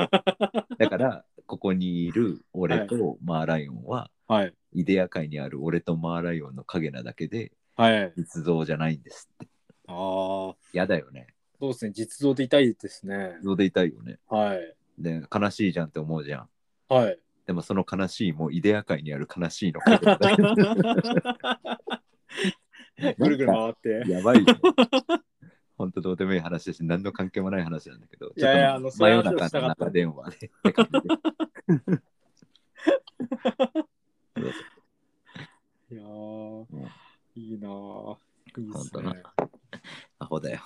[SPEAKER 2] から、ここにいる俺とマーライオンは、
[SPEAKER 1] はい。
[SPEAKER 2] イデア界にある俺とマーライオンの影なだけで、
[SPEAKER 1] はい。
[SPEAKER 2] 実像じゃないんですって。
[SPEAKER 1] ああ。そ
[SPEAKER 2] 嫌だよね。
[SPEAKER 1] うですね。実像でいたいですね。
[SPEAKER 2] 実像でいたいよね。
[SPEAKER 1] はい。
[SPEAKER 2] で、悲しいじゃんって思うじゃん。
[SPEAKER 1] はい。
[SPEAKER 2] でもその悲しいもイデア界にある悲しいの影なだけ
[SPEAKER 1] ぐるぐる回 って。
[SPEAKER 2] やばいよ。 本当どうでもいい話だし、何の関係もない話なんだけど、
[SPEAKER 1] いやいやあ
[SPEAKER 2] ちょ
[SPEAKER 1] の
[SPEAKER 2] っと
[SPEAKER 1] そ
[SPEAKER 2] 真夜
[SPEAKER 1] ういう話をした
[SPEAKER 2] 中
[SPEAKER 1] か
[SPEAKER 2] の
[SPEAKER 1] った
[SPEAKER 2] 中電話でって感じ で。そうそ
[SPEAKER 1] いやー
[SPEAKER 2] ううん
[SPEAKER 1] いいなーいいっす
[SPEAKER 2] ほんと
[SPEAKER 1] ね
[SPEAKER 2] な。アホだよ。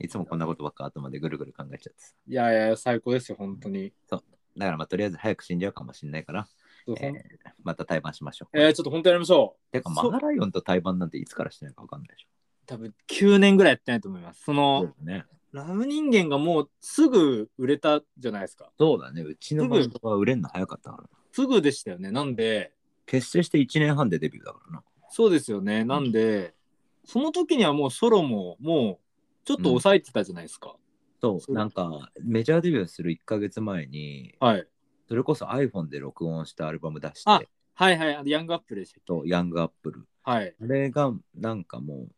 [SPEAKER 2] いつもこんなことばっか頭でぐるぐる考えちゃってさ
[SPEAKER 1] いやいや、最高ですよ、本当に。
[SPEAKER 2] だからまあとりあえず早く死んじゃうかもしれないから、
[SPEAKER 1] そう
[SPEAKER 2] え
[SPEAKER 1] ほ
[SPEAKER 2] ー
[SPEAKER 1] ん
[SPEAKER 2] また対バンしましょう。
[SPEAKER 1] えーちょっと本当やりましょう。
[SPEAKER 2] てか、マ
[SPEAKER 1] そう
[SPEAKER 2] ーライオンと対バンなんていつからしてないかわかんないでしょ。
[SPEAKER 1] 多分9年ぐらいやってないと思います。その、
[SPEAKER 2] そうだね。
[SPEAKER 1] ラム人間がもうすぐ売れたじゃないですか。
[SPEAKER 2] そうだね。うちのバンドは売れんの早かったからな。
[SPEAKER 1] すぐでしたよね。なんで、
[SPEAKER 2] 結成して1年半でデビューだからな。
[SPEAKER 1] そうですよね。なんで、その時にはもうソロももうちょっと抑えてたじゃないですか。
[SPEAKER 2] そ
[SPEAKER 1] そう
[SPEAKER 2] う、なんかメジャーデビューする1ヶ月前に、
[SPEAKER 1] はい。
[SPEAKER 2] それこそ iPhone で録音したアルバム出し
[SPEAKER 1] あ
[SPEAKER 2] て、
[SPEAKER 1] はいはいあの。ヤングアップルでしたっ
[SPEAKER 2] と、ヤングアップル。
[SPEAKER 1] け。はい。
[SPEAKER 2] あれがなんかもう、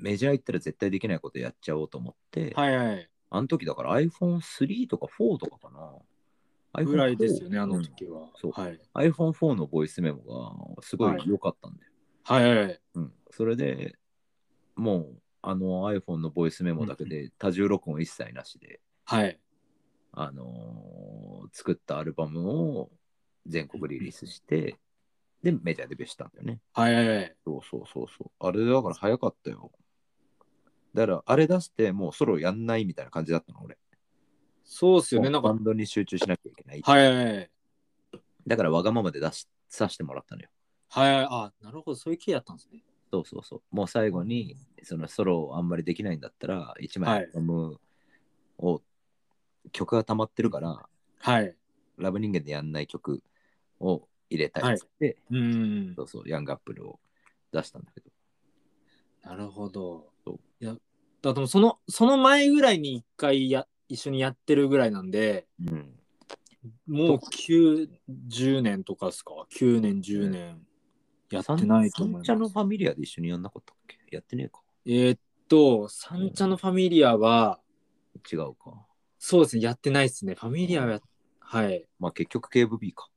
[SPEAKER 2] メジャー行ったら絶対できないことやっちゃおうと思って、
[SPEAKER 1] はいはい。
[SPEAKER 2] あの時だから iPhone3 とか4とかかな。
[SPEAKER 1] ぐらいですよね、
[SPEAKER 2] iPhone4
[SPEAKER 1] あの時は。
[SPEAKER 2] そう
[SPEAKER 1] はい。
[SPEAKER 2] うん iPhone4 のボイスメモがすごい良かったんだよ。
[SPEAKER 1] はいはい。
[SPEAKER 2] うん、それでもう、あの iPhone のボイスメモだけで多重録音一切なしで、
[SPEAKER 1] はい。
[SPEAKER 2] あのー作ったアルバムを全国リリースして、で、メジャーデビューしたんだよね。
[SPEAKER 1] はいはいはい。
[SPEAKER 2] そうそうそうそう。あれだから早かったよ。だから、あれ出してもうソロやんないみたいな感じだったの、俺。
[SPEAKER 1] そうっすよね。なん
[SPEAKER 2] バ
[SPEAKER 1] か、
[SPEAKER 2] ンドに集中しなきゃいけない。
[SPEAKER 1] はいはいはい。
[SPEAKER 2] だから、わがままで出しさせてもらったのよ。
[SPEAKER 1] はいはい。あ、なるほど。そういう経緯だったんですね。
[SPEAKER 2] そうそうそう。もう最後に、そのソロあんまりできないんだったら、1枚アルバムを、曲が溜まってるから、
[SPEAKER 1] はい。
[SPEAKER 2] ラブ人間でやんない曲を入れたいっつって、
[SPEAKER 1] うん。
[SPEAKER 2] そうそう、ヤングアップルを出したんだけど。
[SPEAKER 1] なるほど
[SPEAKER 2] そう。
[SPEAKER 1] いや、だってもうその、その前ぐらいに一回や、一緒にやってるぐらいなんで、
[SPEAKER 2] うん。
[SPEAKER 1] もう9、10年とかですか ?9 年、10年やってないと思い
[SPEAKER 2] 三茶の
[SPEAKER 1] ま
[SPEAKER 2] フ
[SPEAKER 1] す。
[SPEAKER 2] ァミリアで一緒にやんなかったっけやってねえか。
[SPEAKER 1] えーっと、三茶のファミリアは、
[SPEAKER 2] 違うか。
[SPEAKER 1] そうですね、やってないですね。ファミリアはや、はい。
[SPEAKER 2] まあ結局 KVB か。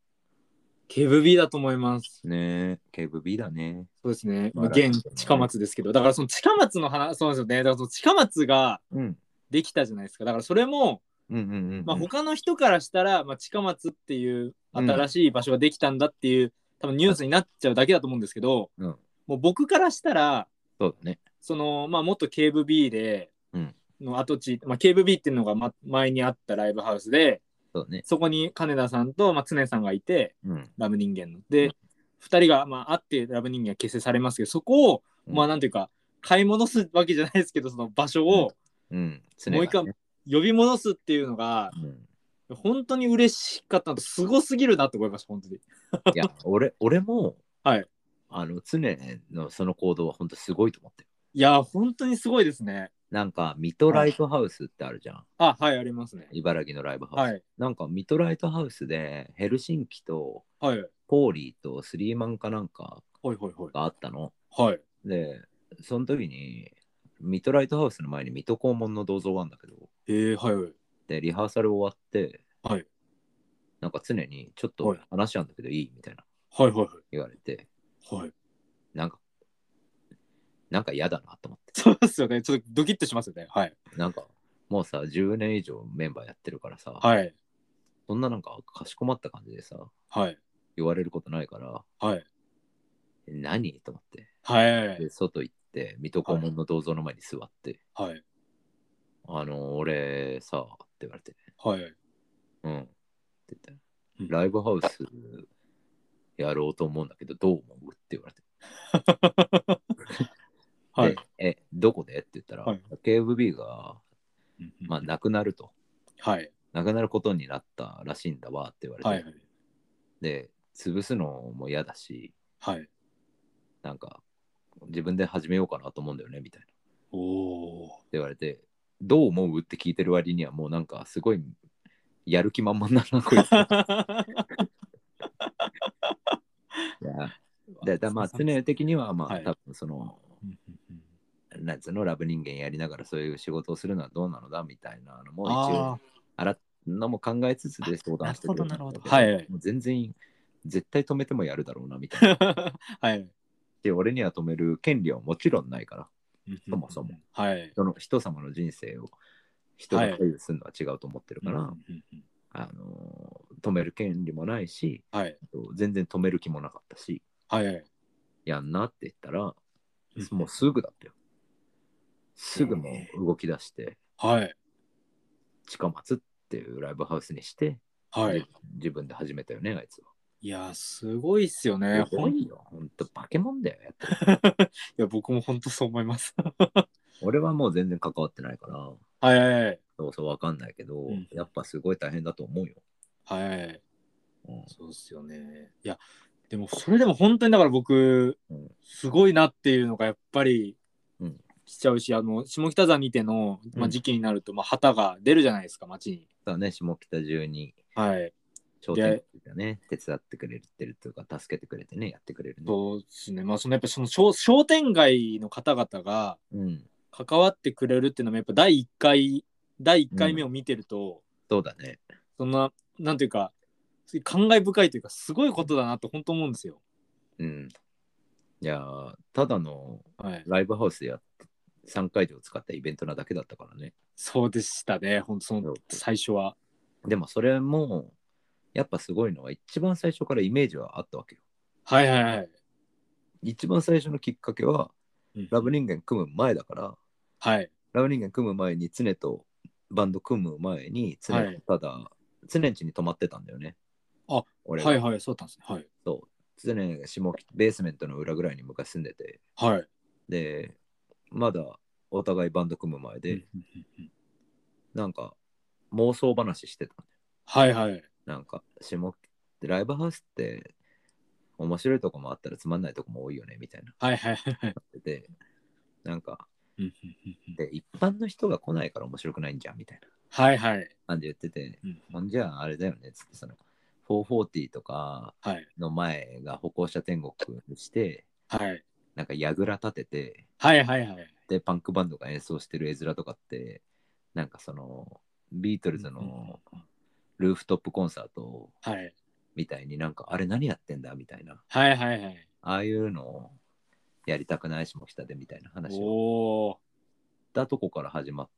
[SPEAKER 1] KVB だと思います。
[SPEAKER 2] ねえ、KVB だね。
[SPEAKER 1] そうですね。まあ、
[SPEAKER 2] まあ楽
[SPEAKER 1] 現
[SPEAKER 2] ですね
[SPEAKER 1] 近松ですけど、だからその近松の話、そうですよね。だからその近松が
[SPEAKER 2] うん。
[SPEAKER 1] できたじゃないですか。だからそれも、
[SPEAKER 2] うんうんうん、うん。
[SPEAKER 1] まあ、他の人からしたら、まあ、近松っていう新しい場所ができたんだっていう、多分ニュースになっちゃうだけだと思うんですけど、
[SPEAKER 2] うん
[SPEAKER 1] もう僕からしたら
[SPEAKER 2] そうだね。
[SPEAKER 1] その、まあ、元 KVB で
[SPEAKER 2] うん
[SPEAKER 1] の跡地、まあ、KVB っていうのが、ま、前にあったライブハウスで
[SPEAKER 2] そうだね。
[SPEAKER 1] そこに金田さんと、まあ、常さんがいて
[SPEAKER 2] うん。
[SPEAKER 1] ラブ人間の。
[SPEAKER 2] う
[SPEAKER 1] で、
[SPEAKER 2] ん
[SPEAKER 1] 二2人が、まあ、会ってラブ人間が結成されますけどそこを、
[SPEAKER 2] うん
[SPEAKER 1] まあなんていうか買い戻すわけじゃないですけどその場所を
[SPEAKER 2] うん。常
[SPEAKER 1] もう一回
[SPEAKER 2] がね
[SPEAKER 1] 呼び戻すっていうのが、
[SPEAKER 2] うん、
[SPEAKER 1] 本当に嬉しかったのと、すごすぎるなって思いました、本当に。
[SPEAKER 2] いや、俺、俺も、
[SPEAKER 1] はい。
[SPEAKER 2] あの、常のその行動は本当すごいと思ってる。
[SPEAKER 1] いや、本当にすごいですね。
[SPEAKER 2] なんか、ミトライトハウスってあるじゃん。
[SPEAKER 1] あ、はい、ありますね。
[SPEAKER 2] 茨城のライブハウス。
[SPEAKER 1] はい、
[SPEAKER 2] なんか、ミトライトハウスで、ヘルシンキと、
[SPEAKER 1] はい、はい、
[SPEAKER 2] ポーリーとスリーマンかなんか
[SPEAKER 1] はい、はい。
[SPEAKER 2] があったの。
[SPEAKER 1] はい、
[SPEAKER 2] で、その時に、ミトライトハウスの前に水戸黄門の銅像があるんだけど、
[SPEAKER 1] えー、はい、はい。
[SPEAKER 2] で、リハーサル終わって、
[SPEAKER 1] はい、
[SPEAKER 2] なんか常に、ちょっ
[SPEAKER 1] は
[SPEAKER 2] と
[SPEAKER 1] い
[SPEAKER 2] 話あんだけどいいみたいな
[SPEAKER 1] はい、はい、
[SPEAKER 2] 言われて、
[SPEAKER 1] はい。
[SPEAKER 2] なんか、なんか嫌だなと思って。
[SPEAKER 1] そうっすよね。ちょっとドキッとしますよね。はい。
[SPEAKER 2] なんかもうさ10年以上メンバーやってるからさ、
[SPEAKER 1] はい。
[SPEAKER 2] そんななんかかしこまった感じでさ
[SPEAKER 1] はい。
[SPEAKER 2] 言われることないから
[SPEAKER 1] はい。
[SPEAKER 2] え何と思って
[SPEAKER 1] はい。
[SPEAKER 2] で外行って水戸黄門の銅像の前に座って、
[SPEAKER 1] はい。
[SPEAKER 2] あの俺さって言われて
[SPEAKER 1] はい。
[SPEAKER 2] うんって言って、
[SPEAKER 1] うん
[SPEAKER 2] ライブハウスやろうと思うんだけどどう思うって言われて、
[SPEAKER 1] はい。
[SPEAKER 2] でえどこでって言ったら、
[SPEAKER 1] はい
[SPEAKER 2] KFB が、まあ、
[SPEAKER 1] うん
[SPEAKER 2] なくなると
[SPEAKER 1] はい。
[SPEAKER 2] なくなることになったらしいんだわって言われて、
[SPEAKER 1] はい。
[SPEAKER 2] で潰すのも嫌だし
[SPEAKER 1] はい。
[SPEAKER 2] なんか自分で始めようかなと思うんだよねみたいなって
[SPEAKER 1] おお
[SPEAKER 2] 言われてどう思うって聞いてる割にはもうなんかすごいやる気満々だなこいつ
[SPEAKER 1] ー。
[SPEAKER 2] いやで だまあ常的にはまあ、
[SPEAKER 1] はい
[SPEAKER 2] 多分そのなんつうのラブ人間やりながらそういう仕事をするのはどうなのだみたいなのも一応
[SPEAKER 1] あ
[SPEAKER 2] あらのも考えつつで相談してくれたんだ
[SPEAKER 1] な
[SPEAKER 2] け
[SPEAKER 1] るほどなるほどはいはい
[SPEAKER 2] もう全然絶対止めてもやるだろうなみたいな
[SPEAKER 1] あ。はい。
[SPEAKER 2] で俺には止める権利はもちろんないからそもそも。
[SPEAKER 1] はい。
[SPEAKER 2] その人様の人生を人が左右するのは違うと思ってるから、
[SPEAKER 1] うん
[SPEAKER 2] あのー止める権利もないし
[SPEAKER 1] はい。
[SPEAKER 2] 全然止める気もなかったし
[SPEAKER 1] はい。
[SPEAKER 2] やんなって言ったら
[SPEAKER 1] うん
[SPEAKER 2] もうすぐだったよすぐもう動き出して
[SPEAKER 1] はい。
[SPEAKER 2] 近松っていうライブハウスにして、
[SPEAKER 1] はい。
[SPEAKER 2] 自分で始めたよねあいつ
[SPEAKER 1] いやー、すごいっすよね。
[SPEAKER 2] は
[SPEAKER 1] ほんい
[SPEAKER 2] いよほんと化け物だよやっぱり
[SPEAKER 1] や、僕も本当そう思います。
[SPEAKER 2] 俺はもう全然関わってないから
[SPEAKER 1] はいはい
[SPEAKER 2] そうそうわかんないけど、
[SPEAKER 1] ん
[SPEAKER 2] やっぱすごい大変だと思うよ、
[SPEAKER 1] はい。はい。
[SPEAKER 2] うん
[SPEAKER 1] そうっすよね。いや、でもそれでも本当にだから僕
[SPEAKER 2] うん、
[SPEAKER 1] すごいなっていうのがやっぱり
[SPEAKER 2] うん
[SPEAKER 1] 来ちゃうし、あの、下北沢にての、ま
[SPEAKER 2] う
[SPEAKER 1] あ、
[SPEAKER 2] ん
[SPEAKER 1] 時期になると、まあ、旗が出るじゃないですか、街に。
[SPEAKER 2] だね下北中に
[SPEAKER 1] はい。
[SPEAKER 2] 商店街がね、手伝ってくれてるというか、助けてくれてね、やってくれるね。
[SPEAKER 1] そうですね。まあ、そのやっぱその商商店街の方々が
[SPEAKER 2] うん、
[SPEAKER 1] 関わってくれるっていうのも、やっぱ第一回、第一回目を見てると、
[SPEAKER 2] そうだね。
[SPEAKER 1] そんな、なんていうか、感慨深いというか、すごいことだなって本当思うんですよ。
[SPEAKER 2] うん。いやー、ただの
[SPEAKER 1] はい。
[SPEAKER 2] ライブハウスでやって、3会場を使ったイベントなだけだったからね。
[SPEAKER 1] そうでしたね。本当そ
[SPEAKER 2] そ
[SPEAKER 1] の
[SPEAKER 2] う
[SPEAKER 1] 最初は。
[SPEAKER 2] でもそれも、やっぱすごいのは、一番最初からイメージはあったわけよ。
[SPEAKER 1] はいはいはい。
[SPEAKER 2] 一番最初のきっかけ
[SPEAKER 1] う
[SPEAKER 2] は、
[SPEAKER 1] ん
[SPEAKER 2] ラブ人間組む前だから、
[SPEAKER 1] はい。
[SPEAKER 2] ラブ人間組む前に、常とバンド組む前に、常
[SPEAKER 1] はい
[SPEAKER 2] ただ、常んちに泊まってたんだよね。
[SPEAKER 1] あ、
[SPEAKER 2] 俺
[SPEAKER 1] はい
[SPEAKER 2] は。
[SPEAKER 1] はい、そうだったんですね。
[SPEAKER 2] そう。常が下北、ベースメントの裏ぐらいに昔住んでて、
[SPEAKER 1] はい。はい。
[SPEAKER 2] でまだお互いバンド組む前で、
[SPEAKER 1] うんうんうんうん
[SPEAKER 2] なんか妄想話してたんだよ
[SPEAKER 1] はいはい。
[SPEAKER 2] なんか下ライブハウスって面白いとこもあったらつまんないとこも多いよねみたいな
[SPEAKER 1] はいはいはい。
[SPEAKER 2] ででなんか
[SPEAKER 1] うんうんうんうん
[SPEAKER 2] で一般の人が来ないから面白くないんじゃんみたいな
[SPEAKER 1] はいはい。
[SPEAKER 2] 感じで言ってて
[SPEAKER 1] うん
[SPEAKER 2] ほんじゃああれだよねっつってその440とか
[SPEAKER 1] はい
[SPEAKER 2] の前が歩行者天国にして
[SPEAKER 1] はい。
[SPEAKER 2] なんか櫓立てて
[SPEAKER 1] はいはいはい。
[SPEAKER 2] でパンクバンドが演奏してる絵面とかってなんかそのビートルズ
[SPEAKER 1] うんうん
[SPEAKER 2] のルーフトップコンサート
[SPEAKER 1] はい
[SPEAKER 2] みたいになんかあれ何やってんだみたいな
[SPEAKER 1] はいはいはい。
[SPEAKER 2] ああいうのをやりたくないしもたでみたいな話を
[SPEAKER 1] おお。
[SPEAKER 2] したとこから始まっ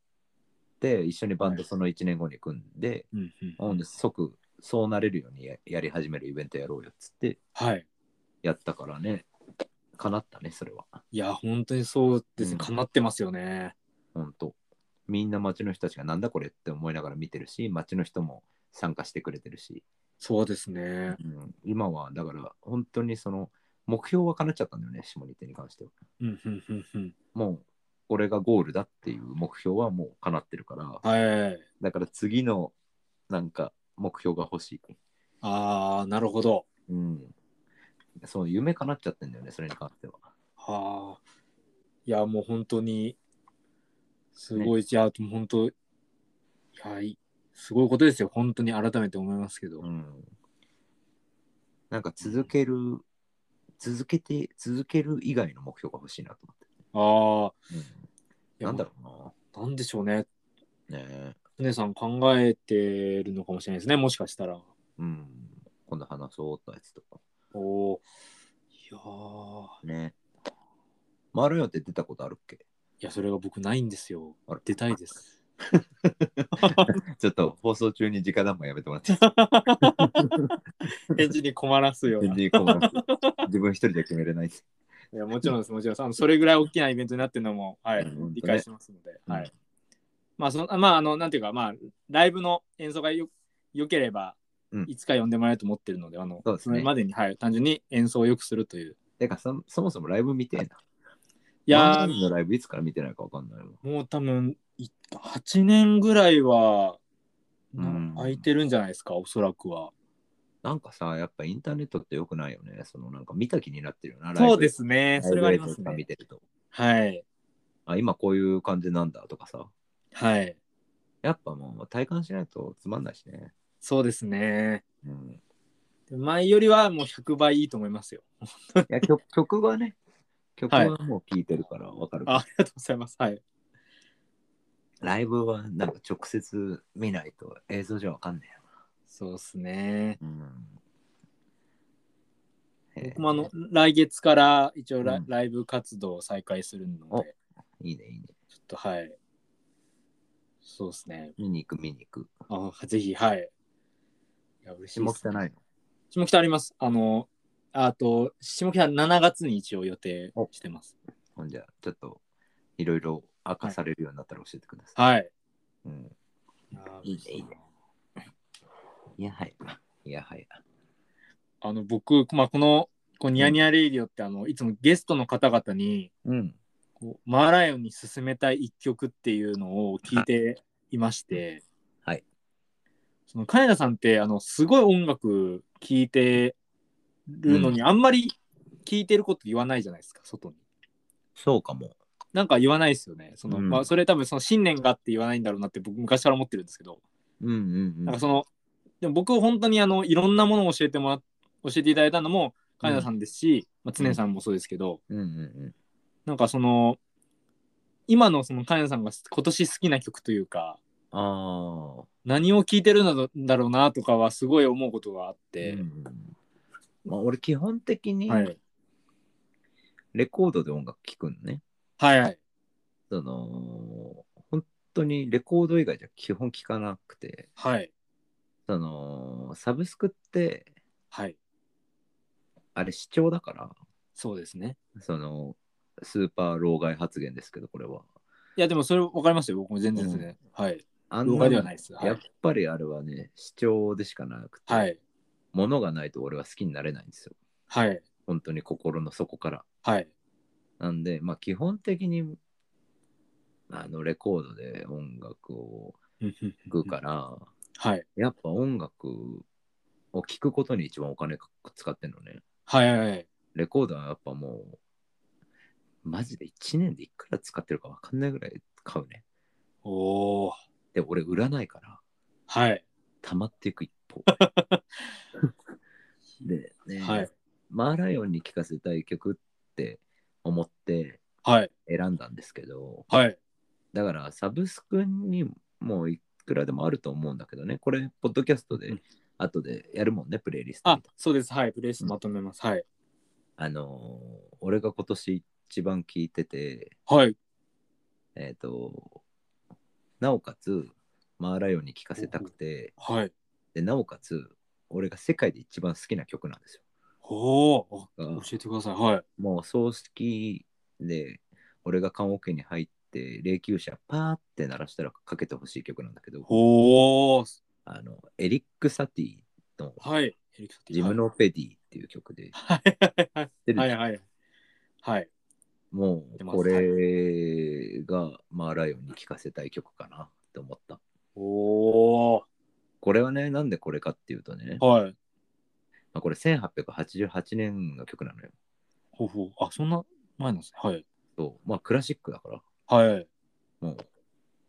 [SPEAKER 2] て一緒にバン
[SPEAKER 1] は
[SPEAKER 2] ド
[SPEAKER 1] い
[SPEAKER 2] その1年後に組んで、
[SPEAKER 1] うんうん
[SPEAKER 2] ほんで即そうなれるようにややり始めるイベントやろうよっつって
[SPEAKER 1] はい。
[SPEAKER 2] やったからね叶ったねそれはい
[SPEAKER 1] や、本当にそうです
[SPEAKER 2] うん
[SPEAKER 1] ね。かなってますよね。
[SPEAKER 2] 本当みんな町の人たちがなんだこれって思いながら見てるし町の人も参加してくれてるし、
[SPEAKER 1] そうですね。
[SPEAKER 2] うん、今はだから本当にその目標は叶っちゃったんだよね下仁手に関しては
[SPEAKER 1] うんうんうんうん
[SPEAKER 2] もうこれがゴールだっていう目標はもう叶ってるから
[SPEAKER 1] はい。
[SPEAKER 2] だから次のなんか目標が欲しい、
[SPEAKER 1] ああ、なるほど。
[SPEAKER 2] うん、そう夢叶っちゃってんだよねそれに関しては
[SPEAKER 1] はあ。いや、もう本当に、すごい、いや、本当、いや、いすごいことですよ。本当に改めて思いますけど。
[SPEAKER 2] うんなんか続ける続けて続ける以外の目標が欲しいなと思って
[SPEAKER 1] ああ、
[SPEAKER 2] うん、なんだろ
[SPEAKER 1] なんでしょうね。
[SPEAKER 2] うな。ねえ。
[SPEAKER 1] 船さん考えてるのかもしれないですね。もしかしたら。
[SPEAKER 2] うん。今度話そうってやつとか。
[SPEAKER 1] おお。いやー
[SPEAKER 2] ね。マロヨって出たことあるっけ
[SPEAKER 1] いや、それが僕ないんですよ
[SPEAKER 2] あら。
[SPEAKER 1] 出たいです。
[SPEAKER 2] ちょっと放送中に直談判やめてもらっていい
[SPEAKER 1] 返事に困らすような。い
[SPEAKER 2] ですか全 然困らない自分一人じゃ決めれないです。
[SPEAKER 1] や、もちろんです、もちろんですあの。それぐらい大きなイベントになってるのも、は
[SPEAKER 2] う
[SPEAKER 1] い
[SPEAKER 2] ん本当ね、
[SPEAKER 1] 理解してますので。は
[SPEAKER 2] うん
[SPEAKER 1] い。まあ、その、あまあ、あの、なんていうか、まあ、ライブの演奏がよ良ければ
[SPEAKER 2] うん、
[SPEAKER 1] いつか呼んでもらえると思ってるので、あの、
[SPEAKER 2] そうですね
[SPEAKER 1] れまでに、はい、単純に演奏を良くするという。
[SPEAKER 2] てかそ、そもそもライブ見てえな。
[SPEAKER 1] いや
[SPEAKER 2] ワン
[SPEAKER 1] ー
[SPEAKER 2] マンのライブいつから見てないかわかんないわ。
[SPEAKER 1] もう多分、い8年ぐらいは、な
[SPEAKER 2] うん
[SPEAKER 1] 空いてるんじゃないですか、おそらくは。
[SPEAKER 2] なんかさ、やっぱインターネットってよくないよね。そのなんか見た気になってるよな。。
[SPEAKER 1] そうですすね、
[SPEAKER 2] ライ
[SPEAKER 1] そ
[SPEAKER 2] ブ
[SPEAKER 1] れはあります
[SPEAKER 2] 映像とか見
[SPEAKER 1] ね。
[SPEAKER 2] てると。
[SPEAKER 1] はい。
[SPEAKER 2] あ、今こういう感じなんだとかさ。
[SPEAKER 1] はい。
[SPEAKER 2] やっぱもう体感しないとつまんないしね。
[SPEAKER 1] そうですね。
[SPEAKER 2] うん、
[SPEAKER 1] 前よりはもう100倍いいと思いますよ。
[SPEAKER 2] いや曲曲はね、曲はもう聴いてるからわかるけど、
[SPEAKER 1] あありがとうございます。はい。
[SPEAKER 2] ライブはなんか直接見ないと映像じゃわかんないよ
[SPEAKER 1] そうですね。
[SPEAKER 2] な。うんへえ
[SPEAKER 1] 僕もあの来月から一応ラ,、
[SPEAKER 2] うん
[SPEAKER 1] ライブ活動を再開するの
[SPEAKER 2] お
[SPEAKER 1] で、
[SPEAKER 2] いいね、いいね。
[SPEAKER 1] ちょっとはい。そうですね。
[SPEAKER 2] 見に行く、見に行く。
[SPEAKER 1] あぜひ、はい。いや、嬉しい
[SPEAKER 2] 下
[SPEAKER 1] で
[SPEAKER 2] 北
[SPEAKER 1] す。
[SPEAKER 2] ないの
[SPEAKER 1] 下北あります。あの、あと、下北7月に一応予定してます。
[SPEAKER 2] ほんじゃ、ちょっといろいろ明かされるようになったら教えてください。
[SPEAKER 1] はい。
[SPEAKER 2] うん、いいねいいね
[SPEAKER 1] あ
[SPEAKER 2] いや、はい。いや、はい。
[SPEAKER 1] あの、僕、まあ、この、こうニヤニヤレイディオって、あの、いつもゲストの方々に、
[SPEAKER 2] うん。
[SPEAKER 1] こうマーライオンに勧めたい一曲っていうのを聞いていまして、
[SPEAKER 2] はい。
[SPEAKER 1] その金田さんってあのすごい音楽聞いてるのに、あんまり聞いてること言わないじゃないですか外に。
[SPEAKER 2] そうかも。
[SPEAKER 1] なんか言わないですよね。その、
[SPEAKER 2] うん
[SPEAKER 1] まあそれ多分その信念があって言わないんだろうなって僕昔から思ってるんですけど、
[SPEAKER 2] うんうんう
[SPEAKER 1] なん
[SPEAKER 2] ん
[SPEAKER 1] か。そのでも僕本当にあのいろんなものを教えてもら教えていただいたのも金田さんですし、まあ、常さんもそうですけど、
[SPEAKER 2] うんうん
[SPEAKER 1] なんかその今のそのカネさんが今年好きな曲というか
[SPEAKER 2] うん。ああ。
[SPEAKER 1] 何を聴いてるんだろうなとかはすごい思うことがあって、
[SPEAKER 2] うんうんまあ、俺、基本的に
[SPEAKER 1] はい、
[SPEAKER 2] レコードで音楽聴くのね。
[SPEAKER 1] はいはい
[SPEAKER 2] その、本当にレコード以外じゃ基本聴かなくて、
[SPEAKER 1] はい
[SPEAKER 2] その、サブスクって、
[SPEAKER 1] はい
[SPEAKER 2] あれ、視聴だから、
[SPEAKER 1] そうですね
[SPEAKER 2] その、スーパー老害発言ですけど、これは。
[SPEAKER 1] いやでもそれ分かりますよ僕も全然ですね、はい
[SPEAKER 2] あん
[SPEAKER 1] 動画ではないですは
[SPEAKER 2] やっ
[SPEAKER 1] い、
[SPEAKER 2] ぱりあれはね、視聴でしかなくて、
[SPEAKER 1] はい
[SPEAKER 2] 物がないと俺は好きになれないんですよ。
[SPEAKER 1] はい
[SPEAKER 2] 本当に心の底から。
[SPEAKER 1] はい
[SPEAKER 2] なんで、まあ基本的に、あの、レコードで音楽を聴くから、
[SPEAKER 1] はい
[SPEAKER 2] やっぱ音楽を聴くことに一番お金か使ってんのね。
[SPEAKER 1] はいはいはい
[SPEAKER 2] レコードはやっぱもう、マジで1年でいくら使ってるかわかんないぐらい買うね。
[SPEAKER 1] おー
[SPEAKER 2] で、俺売らないから、
[SPEAKER 1] はい
[SPEAKER 2] 溜まっていく一方。 で、ね、
[SPEAKER 1] はい
[SPEAKER 2] マーライオンに聴かせたい曲って思って
[SPEAKER 1] はい
[SPEAKER 2] 選んだんですけど、
[SPEAKER 1] はい
[SPEAKER 2] だからサブスクにもういくらでもあると思うんだけどね、これ、ポッドキャストで
[SPEAKER 1] うん
[SPEAKER 2] 後でやるもんね、プレイリストみ
[SPEAKER 1] あ
[SPEAKER 2] たいな。
[SPEAKER 1] そうですはいプレイスまとめます、はい
[SPEAKER 2] あのー俺が今年一番聴いてて、
[SPEAKER 1] はい
[SPEAKER 2] えっ、と、なおかつ、マーライオンに聴かせたくて、
[SPEAKER 1] はい
[SPEAKER 2] で、なおかつ、俺が世界で一番好きな曲なんですよ。
[SPEAKER 1] おお
[SPEAKER 2] が
[SPEAKER 1] 教えてくださいはい
[SPEAKER 2] もう葬式で俺が棺桶に入って霊柩車パーって鳴らしたらかけてほしい曲なんだけど
[SPEAKER 1] おお
[SPEAKER 2] あのエリック・サティの
[SPEAKER 1] はい
[SPEAKER 2] 「ジムノペディ」っていう曲で、
[SPEAKER 1] はいはいはい
[SPEAKER 2] 知ってる
[SPEAKER 1] はいはい。はい。
[SPEAKER 2] も
[SPEAKER 1] 知って
[SPEAKER 2] う
[SPEAKER 1] ます
[SPEAKER 2] これがマーライオンに聴かせたい曲かなって思った
[SPEAKER 1] おお。
[SPEAKER 2] これはねなんでこれかっていうとね、ま
[SPEAKER 1] はい。
[SPEAKER 2] あ、これ1888年の曲なのよ
[SPEAKER 1] ほうほう。あ、そんな前なんですね。はい。
[SPEAKER 2] そうまあクラシックだから
[SPEAKER 1] はい。
[SPEAKER 2] も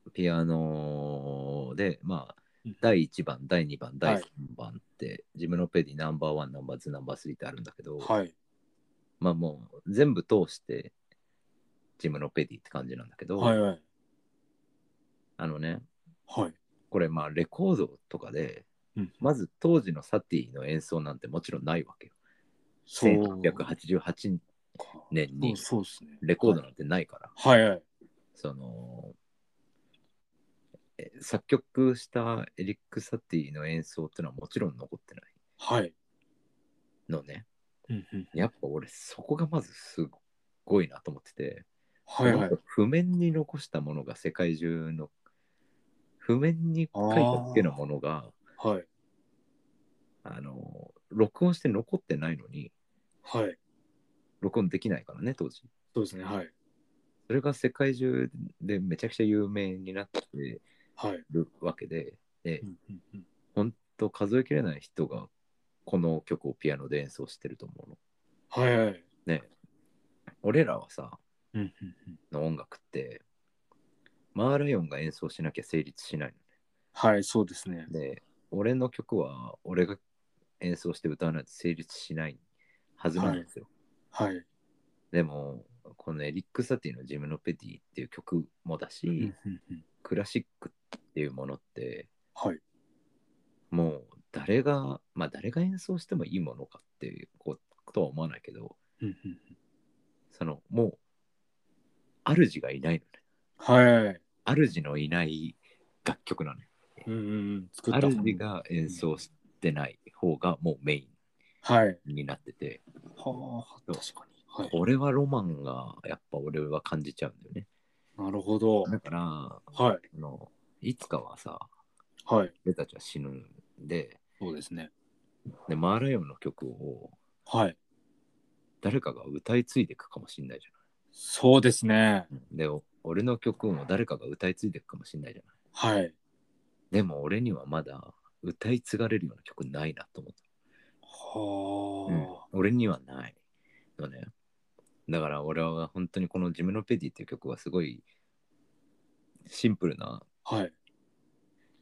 [SPEAKER 2] うピアノでまあ
[SPEAKER 1] うん
[SPEAKER 2] 第1番第2番第
[SPEAKER 1] はい
[SPEAKER 2] 3番って、ジムノペディナンバーワンナンバーツーナンバースリーってあるんだけど、
[SPEAKER 1] はい。
[SPEAKER 2] まあもう全部通してジムノペディって感じなんだけど、
[SPEAKER 1] はい。はい。
[SPEAKER 2] あのね
[SPEAKER 1] はい。
[SPEAKER 2] これまあレコードとかで
[SPEAKER 1] うん。
[SPEAKER 2] まず当時のサティの演奏なんてもちろんないわけよ。
[SPEAKER 1] そう。
[SPEAKER 2] 1888年に
[SPEAKER 1] そうですね。
[SPEAKER 2] レコードなんてないから、
[SPEAKER 1] はいはい。
[SPEAKER 2] そのえ作曲したエリック・サティの演奏ってのはもちろん残ってない
[SPEAKER 1] はい。
[SPEAKER 2] のね
[SPEAKER 1] うんうん
[SPEAKER 2] やっぱ俺そこがまずすごいなと思ってて、
[SPEAKER 1] はいはい
[SPEAKER 2] この。譜面に残したものが世界中の譜面に書いただけのものが
[SPEAKER 1] はい。
[SPEAKER 2] あの録音して残ってないのに
[SPEAKER 1] はい。
[SPEAKER 2] 録音できないからね当時
[SPEAKER 1] そうですね。はい。
[SPEAKER 2] それが世界中でめちゃくちゃ有名になって
[SPEAKER 1] はい。
[SPEAKER 2] るわけでで
[SPEAKER 1] うんうんうん
[SPEAKER 2] 本当数えきれない人がこの曲をピアノで演奏してると思うの
[SPEAKER 1] はいはい。
[SPEAKER 2] 俺らはさ
[SPEAKER 1] うんうんうん
[SPEAKER 2] の音楽ってマーライオンが演奏しなきゃ成立しないの
[SPEAKER 1] はい、そうですね。
[SPEAKER 2] で俺の曲は俺が演奏して歌わないと成立しないはずなんですよ、
[SPEAKER 1] はい。
[SPEAKER 2] でもこのエリック・サティの「ジムノペディ」っていう曲もだし、
[SPEAKER 1] うんうんうん
[SPEAKER 2] クラシックっていうものって
[SPEAKER 1] はい。
[SPEAKER 2] もう誰がまあ誰が演奏してもいいものかっていうことは思わないけど
[SPEAKER 1] うんうんうん
[SPEAKER 2] そのもう主がいないのね
[SPEAKER 1] はい。
[SPEAKER 2] 主のいない楽曲なのよ
[SPEAKER 1] うんうんうん。作ったもん
[SPEAKER 2] 主が演奏してない方がもうメイ
[SPEAKER 1] はい。
[SPEAKER 2] ンになってて、
[SPEAKER 1] はあ、確かに。はい。
[SPEAKER 2] これはロマンがやっぱ俺は感じちゃうんだよね。
[SPEAKER 1] なるほど。
[SPEAKER 2] だから、あ
[SPEAKER 1] はい。
[SPEAKER 2] のいつかはさ、
[SPEAKER 1] はい。
[SPEAKER 2] 俺たちは死ぬんで、
[SPEAKER 1] そうですね。
[SPEAKER 2] でマーライオンの曲を
[SPEAKER 1] はい。
[SPEAKER 2] 誰かが歌い継いでいくかもしんないじ
[SPEAKER 1] そうですね
[SPEAKER 2] ゃ。ない。で、お俺の曲も誰かが歌い継いでいくかもしんないじゃない。
[SPEAKER 1] はい。
[SPEAKER 2] でも俺にはまだ歌い継がれるような曲ないなと思った。
[SPEAKER 1] はあ。
[SPEAKER 2] 俺にはないのね。だから俺は本当にこのジムノペディっていう曲はすごいシンプルな、
[SPEAKER 1] はい。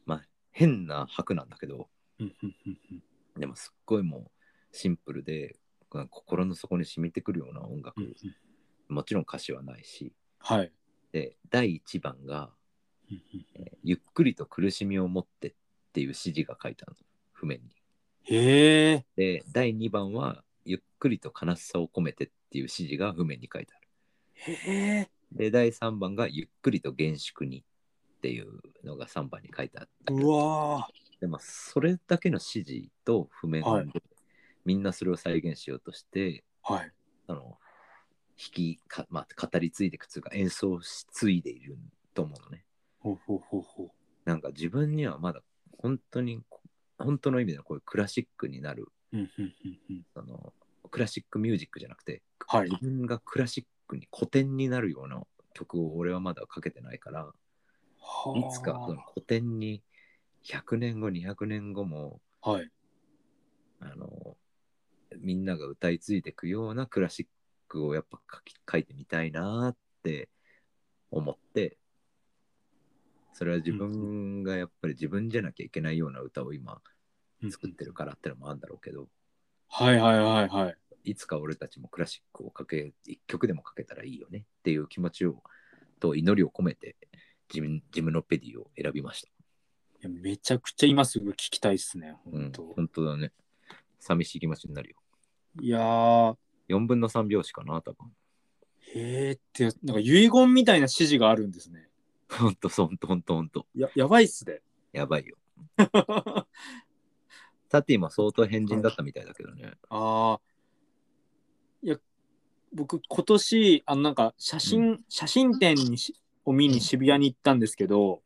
[SPEAKER 2] まあ変な拍なんだけど、
[SPEAKER 1] うんうんうんうん
[SPEAKER 2] でもすっごいもうシンプルでこ心の底に染みてくるような音楽、
[SPEAKER 1] うんうん
[SPEAKER 2] もちろん歌詞はないし
[SPEAKER 1] はい。
[SPEAKER 2] で第1番が、
[SPEAKER 1] うんうん
[SPEAKER 2] えーゆっくりと苦しみを持って」っていう指示が書いてあるの譜面に。
[SPEAKER 1] へえ。
[SPEAKER 2] で第2番は「ゆっくりと悲しさを込めて」っていう指示が譜面に書いてある。
[SPEAKER 1] へえ。
[SPEAKER 2] で第3番が「ゆっくりと厳粛に」っていうのが3番に書いてあったけ
[SPEAKER 1] う
[SPEAKER 2] ど
[SPEAKER 1] わ
[SPEAKER 2] でもそれだけの指示と譜面で、
[SPEAKER 1] はい
[SPEAKER 2] みんなそれを再現しようとして
[SPEAKER 1] あ。はい。
[SPEAKER 2] その弾きか、まあ、語り継いでいくつうか演奏し継いでいると思うのね
[SPEAKER 1] ほうほうほうほう。
[SPEAKER 2] なんか自分にはまだ本当に本当の意味でのこういうクラシックになる
[SPEAKER 1] うんうんうんうん
[SPEAKER 2] そのクラシックミュージックじゃなくて、
[SPEAKER 1] はい
[SPEAKER 2] 自分がクラシックに古典になるような曲を俺はまだかけてないから
[SPEAKER 1] はい
[SPEAKER 2] つかその古典に100年後200年後も
[SPEAKER 1] あ。はい。
[SPEAKER 2] あのみんなが歌い継いでいくようなクラシックをやっぱ書き書いてみたいなって思ってそれは自分がやっぱり自分じゃなきゃいけないような歌を今作ってるからってのもあるんだろうけど、
[SPEAKER 1] はいはいはいはい。
[SPEAKER 2] いつか俺たちもクラシックをかけ一曲でもかけたらいいよねっていう気持ちをと祈りを込めてジムジムノペディを選びました。
[SPEAKER 1] いやめちゃくちゃ今すぐ聞きたいっすね。
[SPEAKER 2] う
[SPEAKER 1] 本
[SPEAKER 2] ん、
[SPEAKER 1] 当。
[SPEAKER 2] 本当だね。寂しい気持ちになるよ。
[SPEAKER 1] いやー、
[SPEAKER 2] 4分の3拍子かな、多分。
[SPEAKER 1] へえって、なんか遺言みたいな指示があるんですね。
[SPEAKER 2] ほんと、ほんと、ほんと、ほんと。
[SPEAKER 1] ややばいっすね。
[SPEAKER 2] やばいよ。
[SPEAKER 1] あ
[SPEAKER 2] サティも相当変人だったみたいだけどね。
[SPEAKER 1] あ。いや、僕、今年、あの、なんか、写真、写真展にしを見に渋谷に行ったんですけど、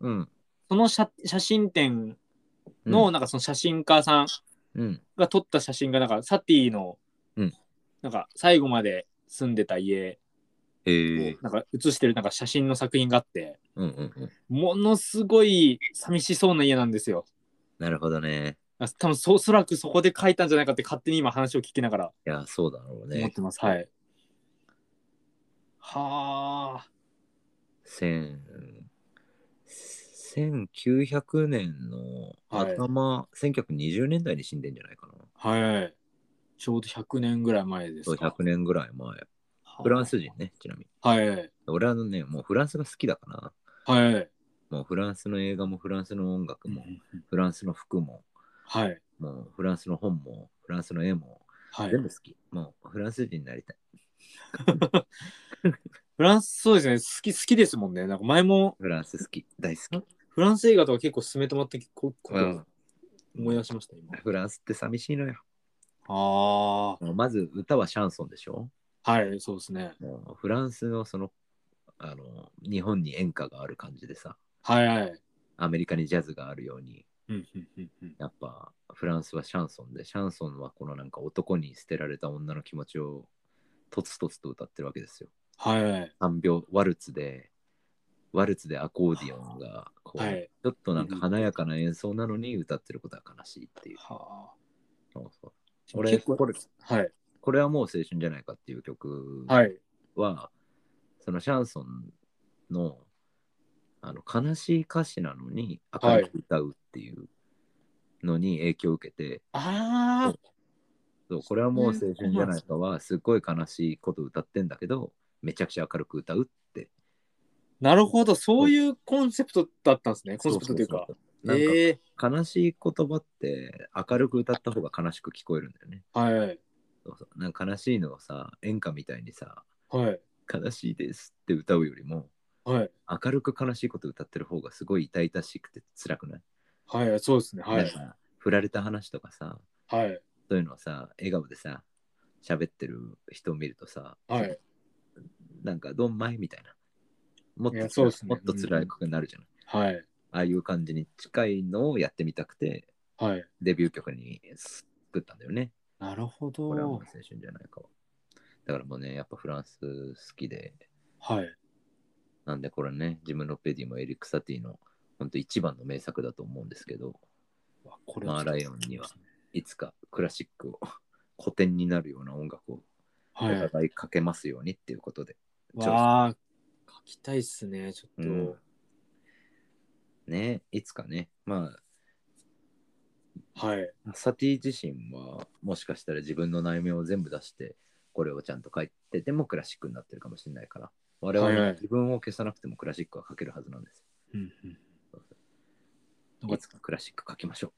[SPEAKER 2] うん。
[SPEAKER 1] その写写真展の、、なんかその写真家さん
[SPEAKER 2] うん。
[SPEAKER 1] が撮った写真が、なんか、サティの、
[SPEAKER 2] うん
[SPEAKER 1] なんか、最後まで住んでた家
[SPEAKER 2] へ
[SPEAKER 1] を、
[SPEAKER 2] え。
[SPEAKER 1] なんか、写してる、なんか、写真の作品があって、
[SPEAKER 2] うんうんうん。
[SPEAKER 1] ものすごい寂しそうな家なんですよ。
[SPEAKER 2] なるほどね。
[SPEAKER 1] 多分そおそらくそこで書いたんじゃないかって勝手に今話を聞きながら
[SPEAKER 2] いや、そうだろう
[SPEAKER 1] 思っ
[SPEAKER 2] ね。
[SPEAKER 1] てます。はい。はあ。
[SPEAKER 2] 千、1900年の頭、1920年代に死んでんじゃないかな。
[SPEAKER 1] はい。ちょうど100年ぐらい前で
[SPEAKER 2] そう、
[SPEAKER 1] すか。
[SPEAKER 2] 100年ぐらい前。フランス人ね、ちなみに。
[SPEAKER 1] はい。
[SPEAKER 2] 俺はね、もうフランスが好きだから、
[SPEAKER 1] はい。
[SPEAKER 2] もうフランスの映画もフランスの音楽も、フランスの服も、
[SPEAKER 1] はい。
[SPEAKER 2] もうフランスの本も、フランスの絵も、
[SPEAKER 1] はい。
[SPEAKER 2] 全部好き。もうフランス人になりたい。
[SPEAKER 1] フランス、そうですね。好き、好きですもんね。なんか前も、
[SPEAKER 2] フランス好き、大好き。
[SPEAKER 1] フランス映画とか結構進めてもらって、ここ
[SPEAKER 2] うん
[SPEAKER 1] 思い出しました、今。
[SPEAKER 2] フランスって寂しいのよ。
[SPEAKER 1] あ
[SPEAKER 2] まず歌はシャンソンでしょ。
[SPEAKER 1] あ。はい、そうですね。
[SPEAKER 2] もうフランスのその、あの、日本に演歌がある感じでさ、
[SPEAKER 1] はいはい。
[SPEAKER 2] アメリカにジャズがあるように、
[SPEAKER 1] うんうんうんうん。
[SPEAKER 2] やっぱフランスはシャンソンで、シャンソンはこのなんか男に捨てられた女の気持ちをとつとつと歌ってるわけですよ。
[SPEAKER 1] はいはい。
[SPEAKER 2] 3秒ワルツで、ワルツでアコーディオンがこう、
[SPEAKER 1] はい
[SPEAKER 2] ちょっとなんか華やかな演奏なのに歌ってることは悲しいっていう。
[SPEAKER 1] はあ。
[SPEAKER 2] そうそう俺これ、
[SPEAKER 1] はい。
[SPEAKER 2] これはもう青春じゃないかっていう曲は、
[SPEAKER 1] はい。
[SPEAKER 2] そのシャンソンのあの悲しい歌詞なのに明るく歌うっていうのに影響を受けて、
[SPEAKER 1] あ
[SPEAKER 2] そうこれはもう青春じゃないかはすっごい悲しいこと歌ってんだけどめちゃくちゃ明るく歌うって
[SPEAKER 1] あ、なるほど。そういうコンセプトだったんですね。コンセプトという
[SPEAKER 2] そ
[SPEAKER 1] か
[SPEAKER 2] そ。うなんか
[SPEAKER 1] ええ
[SPEAKER 2] 悲しい言葉って明るく歌った方が悲しく聞こえるんだよね。
[SPEAKER 1] はいはい。
[SPEAKER 2] そうそうなんか悲しいのをさ演歌みたいにさ
[SPEAKER 1] はい。
[SPEAKER 2] 悲しいですって歌うよりも
[SPEAKER 1] はい。
[SPEAKER 2] 明るく悲しいこと歌ってる方がすごい痛々しくて辛くない、
[SPEAKER 1] はい。そうですね。は
[SPEAKER 2] なん
[SPEAKER 1] い。
[SPEAKER 2] か振られた話とかさ
[SPEAKER 1] はい。
[SPEAKER 2] そういうのをさ笑顔でさ喋ってる人を見るとさ、
[SPEAKER 1] はい。
[SPEAKER 2] なんかどんまいみたいなもっ
[SPEAKER 1] い
[SPEAKER 2] と
[SPEAKER 1] や
[SPEAKER 2] 辛
[SPEAKER 1] そう
[SPEAKER 2] い
[SPEAKER 1] ですね
[SPEAKER 2] もっと辛いくなるじゃない、
[SPEAKER 1] はい。
[SPEAKER 2] ああいう感じに近いのをやってみたくて
[SPEAKER 1] はい。
[SPEAKER 2] デビュー曲に作ったんだよね
[SPEAKER 1] なるほ
[SPEAKER 2] これはもう青
[SPEAKER 1] ど。
[SPEAKER 2] 春じゃないかはだからもうねやっぱフランス好きで
[SPEAKER 1] はい。
[SPEAKER 2] なんでこれねジム・ロッペディもエリック・サティの本当一番の名作だと思うんですけど
[SPEAKER 1] わこ
[SPEAKER 2] まあライオンにはいつかクラシックを古典になるような音楽をお
[SPEAKER 1] はい。
[SPEAKER 2] 互いかけますようにっていうことで、
[SPEAKER 1] わあ、書きたいっすね、ちょっと。
[SPEAKER 2] うんねいつかねまあ
[SPEAKER 1] はい。
[SPEAKER 2] サティ自身はもしかしたら自分の内面を全部出してこれをちゃんと書いててもクラシックになってるかもしれないから我々
[SPEAKER 1] はいは
[SPEAKER 2] はい自分を消さなくてもクラシックは書けるはずなんです、
[SPEAKER 1] うんうん
[SPEAKER 2] いつかクラシック書きましょ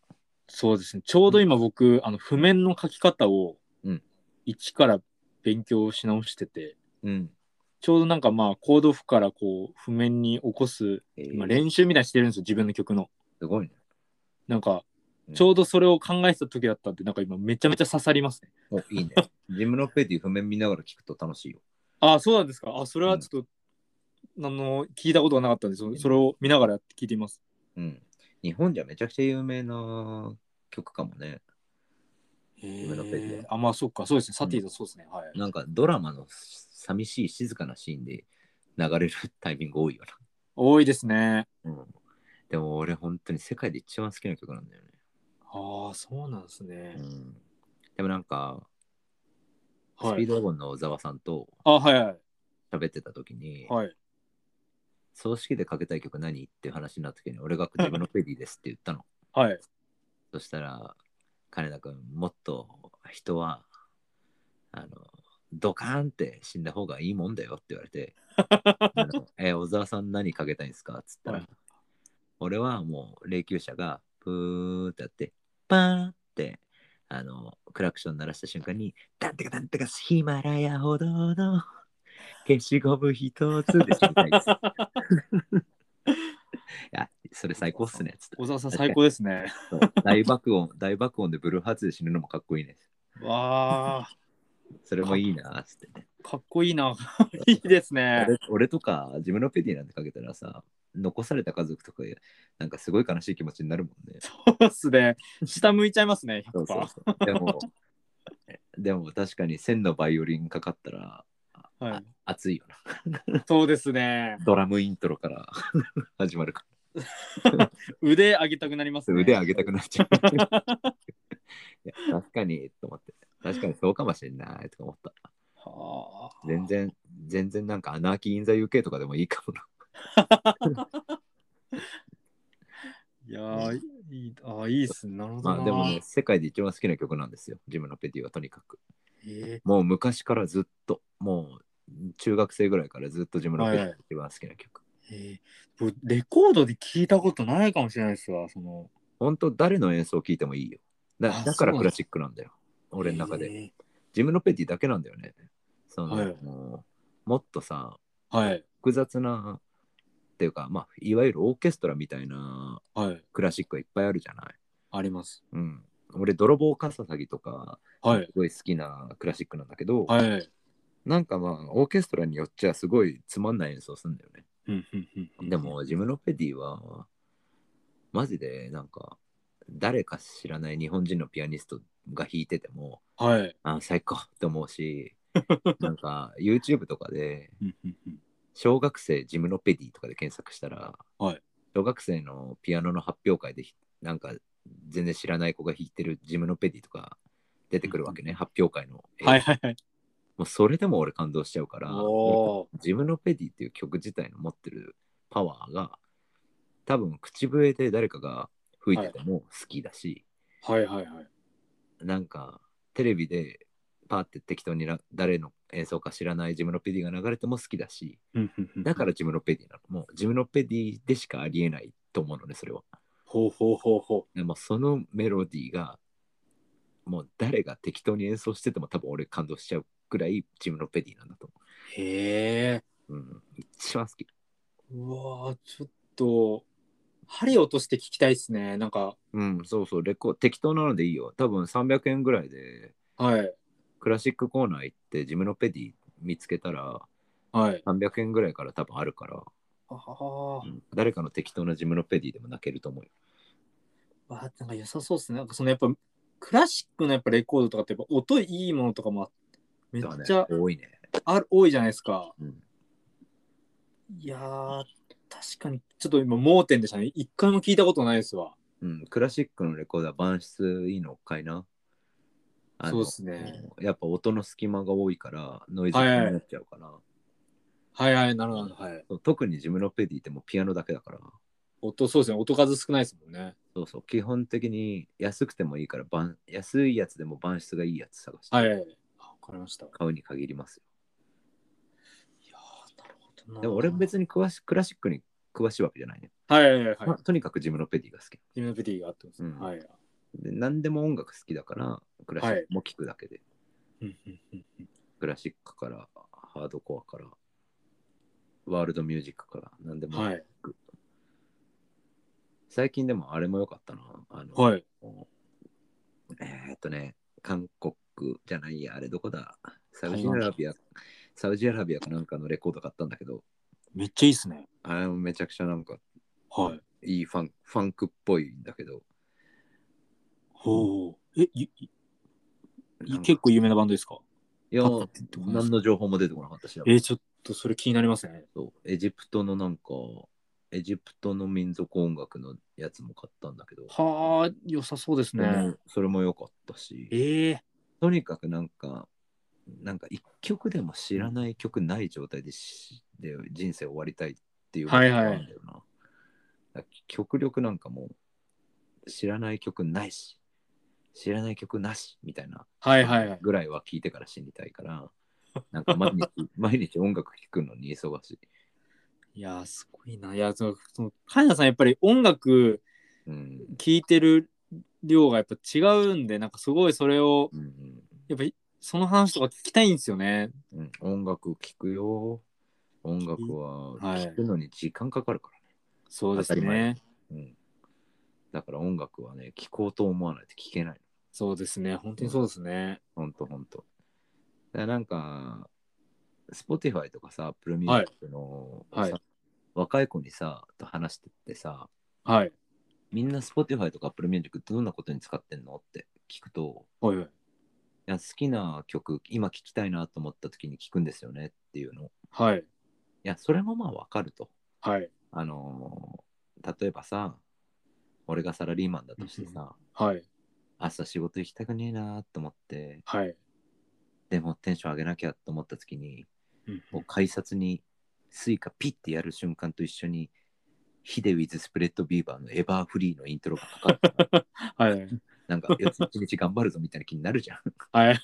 [SPEAKER 1] そうですね。ちょうど今僕、あの譜面の書き方を
[SPEAKER 2] うん
[SPEAKER 1] 一から勉強し直してて、
[SPEAKER 2] ううん、
[SPEAKER 1] ちょうどなんかまあコード譜からこう譜面に起こす、
[SPEAKER 2] えー
[SPEAKER 1] 今練習みたいにしてるんですよ、自分の曲の。
[SPEAKER 2] すごいね
[SPEAKER 1] なんか
[SPEAKER 2] うん、
[SPEAKER 1] ちょうどそれを考えてた時だったんで、なんか今めちゃめちゃ刺さりますね。
[SPEAKER 2] おい いねジム・ロッペディ譜面見ながら聞くと楽しいよ
[SPEAKER 1] ああ、そうなんですか。あそれはちょっと、あの、聞いたことがなかったんで、そそれを見ながら聞いてみます。
[SPEAKER 2] うん日本じゃめちゃくちゃ有名な曲かもね夢のページ
[SPEAKER 1] あ、まあそうか、そうですね。サティだ、そうですね。はい。
[SPEAKER 2] なんかドラマの寂しい静かなシーンで流れるタイミング多いよ
[SPEAKER 1] 多いですね。
[SPEAKER 2] な、うん、でも俺本当に世界で一番好きな曲なんだよね
[SPEAKER 1] ああ、そうなんですね。
[SPEAKER 2] うんでもなんか、ス
[SPEAKER 1] は
[SPEAKER 2] ピー
[SPEAKER 1] い。
[SPEAKER 2] ドワゴンの小沢さんと
[SPEAKER 1] あ、はいはい。
[SPEAKER 2] 喋ってた時に、
[SPEAKER 1] はい。
[SPEAKER 2] 葬式でかけたい曲何っていう話になった時に、俺が自分のペディですって言ったの。
[SPEAKER 1] はい。
[SPEAKER 2] そしたら、金田君、もっと人は、あの、ドカーンって死んだ方がいいもんだよって言われ て、あのえ、小沢さん何かけたいんですかっつったら、
[SPEAKER 1] はい
[SPEAKER 2] 俺はもう霊柩車がプーってやって、パーンって、あの、クラクション鳴らした瞬間に、なんてかなんてかヒマラヤほどの消しゴム一つで死にた いです。いや、それ最高っすね、つって。
[SPEAKER 1] 小沢さん、最高ですね。
[SPEAKER 2] そう大爆音、大爆音でブルーハーツで死ぬのもかっこいいね。
[SPEAKER 1] わあ、
[SPEAKER 2] それもいいなっつってね。
[SPEAKER 1] かっこいいな。 いいですね。
[SPEAKER 2] 俺俺とか、ジムのペディなんてかけたらさ、残された家族とか、なんかすごい悲しい気持ちになるもんね。
[SPEAKER 1] そうっ すね。下向いちゃいますね、
[SPEAKER 2] そうそう
[SPEAKER 1] 100%。
[SPEAKER 2] そう。でも、でも確かに千のバイオリンかかったら
[SPEAKER 1] はい。
[SPEAKER 2] 熱いよな。
[SPEAKER 1] そうですね。
[SPEAKER 2] ドラムイントロから 始まるか
[SPEAKER 1] 腕上げたくなります
[SPEAKER 2] ら。
[SPEAKER 1] ね。
[SPEAKER 2] 腕上げたくなっ ちゃう。いや確かに、と思って。確かにそうかもしれないとか思った。
[SPEAKER 1] はあ。
[SPEAKER 2] 全然、全然なんかアナーキー・イン・ザ・ UK とかでもいいかもな。
[SPEAKER 1] いやー、いい、あーいいっすね。なるほどな。
[SPEAKER 2] まあでもね、世界で一番好きな曲なんですよ。ジムのペティはとにかく。
[SPEAKER 1] え
[SPEAKER 2] もう昔からずっと、もう中学生ぐらいからずっとジムのペティが一番好きな曲。
[SPEAKER 1] ー、えー、僕レコードで聞いたことないかもしれないですわ、その。
[SPEAKER 2] 本当誰の演奏を聴いてもいいよだ
[SPEAKER 1] あ
[SPEAKER 2] だから
[SPEAKER 1] そうなんだ
[SPEAKER 2] クラシックなんだよ俺の中で、
[SPEAKER 1] え
[SPEAKER 2] ジム・ロペティだけなんだよねその、
[SPEAKER 1] はい
[SPEAKER 2] もうもっとさ
[SPEAKER 1] はい。
[SPEAKER 2] 複雑なっていうか、まあ、いわゆるオーケストラみたいな
[SPEAKER 1] はい。
[SPEAKER 2] クラシックがいっぱいあるじゃない。
[SPEAKER 1] あります。
[SPEAKER 2] うん、俺泥棒カササギとか
[SPEAKER 1] はい
[SPEAKER 2] す。ごい好きなクラシックなんだけど、
[SPEAKER 1] はい。
[SPEAKER 2] なんかまあオーケストラによっちゃすごいつまんない演奏するんだよね。
[SPEAKER 1] うんうんうん
[SPEAKER 2] で、もジム・ロペディはマジでなんか誰か知らない日本人のピアニストが弾いてても
[SPEAKER 1] はい。
[SPEAKER 2] あ最高 って思うしなんか YouTube とかで
[SPEAKER 1] うんうんうん
[SPEAKER 2] 小学生ジム・ロペディとかで検索したら、
[SPEAKER 1] はい
[SPEAKER 2] 小学生のピアノの発表会でひなんか全然知らない子が弾いてるジム・ロペディとか出てくるわけね、発表会の、
[SPEAKER 1] はいはいはい。
[SPEAKER 2] もうそれでも俺感動しちゃうから
[SPEAKER 1] お
[SPEAKER 2] ジム・ロペディっていう曲自体の持ってるパワーが多分口笛で誰かが吹いてても好きだし、
[SPEAKER 1] ー。はいはいはい。
[SPEAKER 2] なんかテレビでパーって適当にら誰の演奏か知らないジム・ロペディが流れても好きだし
[SPEAKER 1] うんうんうん
[SPEAKER 2] だからジム・ロペディなのもうジム・ロペディでしかありえないと思うのねそれは
[SPEAKER 1] ほうほうほうほ
[SPEAKER 2] でもそのメロディーがもう誰が適当に演奏してても多分俺感動しちゃうくらいジム・ロペディなんだと
[SPEAKER 1] う。へえ。
[SPEAKER 2] 思う、うん、一番好き
[SPEAKER 1] うわーちょっと、針落として聞きたいですね。なんか、
[SPEAKER 2] うん、そうそう、レコ適当なのでいいよ。多分300円ぐらいで、
[SPEAKER 1] はい。
[SPEAKER 2] クラシックコーナー行って、ジムノペディ見つけたら、
[SPEAKER 1] はい。
[SPEAKER 2] 300円ぐらいから多分あるから、
[SPEAKER 1] ああ
[SPEAKER 2] う。ん誰かの適当なジムノペディでも泣けると思うよ。
[SPEAKER 1] わあなんか良さそうですね。なんかそのやっぱクラシックのやっぱレコードとかってやっぱ音いいものとかもあめっちゃ
[SPEAKER 2] だね多いね。
[SPEAKER 1] ある多いじゃないですか。
[SPEAKER 2] うん
[SPEAKER 1] いやー確かにちょっと今盲点でしたね。一回も聞いたことないですわ。
[SPEAKER 2] うん、クラシックのレコードは番質いいのかいな。あ
[SPEAKER 1] そうっ
[SPEAKER 2] の
[SPEAKER 1] すね。
[SPEAKER 2] やっぱ音の隙間が多いから、ノイズになっちゃうから、
[SPEAKER 1] はいはいなるほど。はい、
[SPEAKER 2] そう特にジムノペディってもうピアノだけだから、
[SPEAKER 1] 音そうですね。音数少ないですもんね。
[SPEAKER 2] そうそう、基本的に安くてもいいから、番安いやつでも番質がいいやつ探して。
[SPEAKER 1] はい。わかりました。い
[SPEAKER 2] 買うに限りますよ。
[SPEAKER 1] やーなるほどな。
[SPEAKER 2] でも俺別に詳しクラシックに詳しいわけじゃないね。
[SPEAKER 1] はいはいはい、はい
[SPEAKER 2] まあとにかくジム・ロペディが好き。
[SPEAKER 1] ジムノペティがあってます、
[SPEAKER 2] うん
[SPEAKER 1] はい。
[SPEAKER 2] で何でも音楽好きだからクラシックも聞くだけで、
[SPEAKER 1] うんうんうんうん
[SPEAKER 2] クラシックからハードコアからワールドミュージックから何でも、
[SPEAKER 1] はい
[SPEAKER 2] 最近でもあれも良かったな。あの
[SPEAKER 1] はい。
[SPEAKER 2] えーっとね、韓国じゃないや、あれどこだサウジアラビア、サウジアラビアかなんかのレコード買ったんだけど、
[SPEAKER 1] めっちゃいいですね。
[SPEAKER 2] あれもめちゃくちゃなんか
[SPEAKER 1] はい。
[SPEAKER 2] いいファンファンクっぽいんだけど、
[SPEAKER 1] ほう。えいい
[SPEAKER 2] なんか
[SPEAKER 1] 結構有名なバンドですか。
[SPEAKER 2] いや
[SPEAKER 1] パッと出てこないです
[SPEAKER 2] 何の情報も出てこなかったし、
[SPEAKER 1] えー、ちょっとそれ気になりますね。
[SPEAKER 2] そうエジプトのなんか、エジプトの民族音楽のやつも買ったんだけど、
[SPEAKER 1] はあ、良さそうです
[SPEAKER 2] それもそれも良かったし、
[SPEAKER 1] ええ
[SPEAKER 2] とにかくなんか、なんか一曲でも知らない曲ない状態でしで人生終わりたいっていう
[SPEAKER 1] はいはい
[SPEAKER 2] 思いなんだよな。だから極力なんかもう、知らない曲ないし、知らない曲なしみたいな
[SPEAKER 1] はいはいはい。
[SPEAKER 2] ぐらいは聴いてから死にたいから、なんか毎日 毎日音楽聴くのに忙しい。
[SPEAKER 1] いやー、すごいな。いや、その、その、カイナさん、やっぱり音楽
[SPEAKER 2] うん
[SPEAKER 1] 聴いてる量がやっぱ違うんで、なんかすごいそれを、
[SPEAKER 2] うん
[SPEAKER 1] やっぱりその話とか聞きたいんですよね。
[SPEAKER 2] うんうん、音楽聴くよ。音楽は
[SPEAKER 1] はい
[SPEAKER 2] 聴くのに時間かかるか
[SPEAKER 1] そうです
[SPEAKER 2] 当たり前
[SPEAKER 1] ね。
[SPEAKER 2] らね。うん、だから音楽はね、聴こうと思わないと聴けない。
[SPEAKER 1] そうですね。本当にそうですね。
[SPEAKER 2] ほんとほんと。だからなんか、Spotify とかさ、Apple
[SPEAKER 1] はい
[SPEAKER 2] Music の、
[SPEAKER 1] はい
[SPEAKER 2] さ若い子にさ、と話してってさ、
[SPEAKER 1] はい。
[SPEAKER 2] みんな Spotify とか Apple Music どんなことに使ってんのって聞くと、
[SPEAKER 1] はいはい。
[SPEAKER 2] いや好きな曲、今聴きたいなと思った時に聞くんですよねっていうの。い
[SPEAKER 1] はい。
[SPEAKER 2] や、それもまあわかると。
[SPEAKER 1] はい。
[SPEAKER 2] あのー例えばさ、俺がサラリーマンだとしてさ、
[SPEAKER 1] はい。
[SPEAKER 2] 朝仕事行きたくねえなと思って、
[SPEAKER 1] はい。
[SPEAKER 2] でもテンション上げなきゃと思った時に、
[SPEAKER 1] うん
[SPEAKER 2] もう改札にスイカピッてやる瞬間と一緒に、ヒデウィズ・スプレッド・ビーバーのエバーフリーのイントロが かかってたら
[SPEAKER 1] はい。
[SPEAKER 2] なんか、よし一日頑張るぞみたいな気になる じゃん。
[SPEAKER 1] はい。
[SPEAKER 2] そ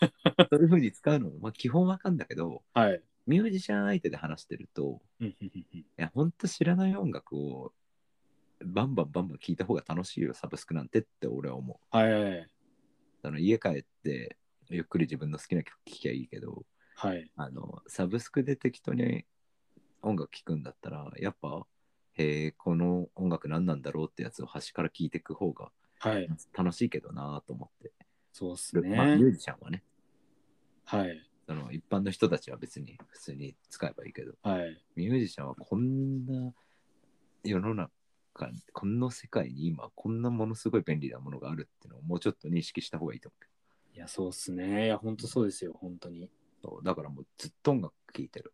[SPEAKER 2] ういう風に使うのも、まあ、基本わかんだけど、
[SPEAKER 1] はい。
[SPEAKER 2] ミュージシャン相手で話してると、
[SPEAKER 1] うんうんうんうん
[SPEAKER 2] いや、ほんと知らない音楽をバンバンバンバン聴いた方が楽しいよ、サブスクなんてって俺は思
[SPEAKER 1] はいはい。
[SPEAKER 2] う。あの家帰ってゆっくり自分の好きな曲聴きゃいいけど、
[SPEAKER 1] はい。
[SPEAKER 2] あの、サブスクで適当に音楽聴くんだったらやっぱへえこの音楽何なんだろうってやつを端から聴いていく方が
[SPEAKER 1] はい。
[SPEAKER 2] 楽しいけどなと思って、
[SPEAKER 1] そうです
[SPEAKER 2] まあ、ミ
[SPEAKER 1] ね。
[SPEAKER 2] ュージシャンはね
[SPEAKER 1] はい。
[SPEAKER 2] その一般の人たちは別に普通に使えばいいけど
[SPEAKER 1] はい。
[SPEAKER 2] ミュージシャンはこんな世の中にこんな世界に今こんなものすごい便利なものがあるっていうのをもうちょっと認識した方がいいと思う
[SPEAKER 1] いや、そうですね。いや、本当そうですよ。本当に。
[SPEAKER 2] そうだからもうずっと音楽聴いてる、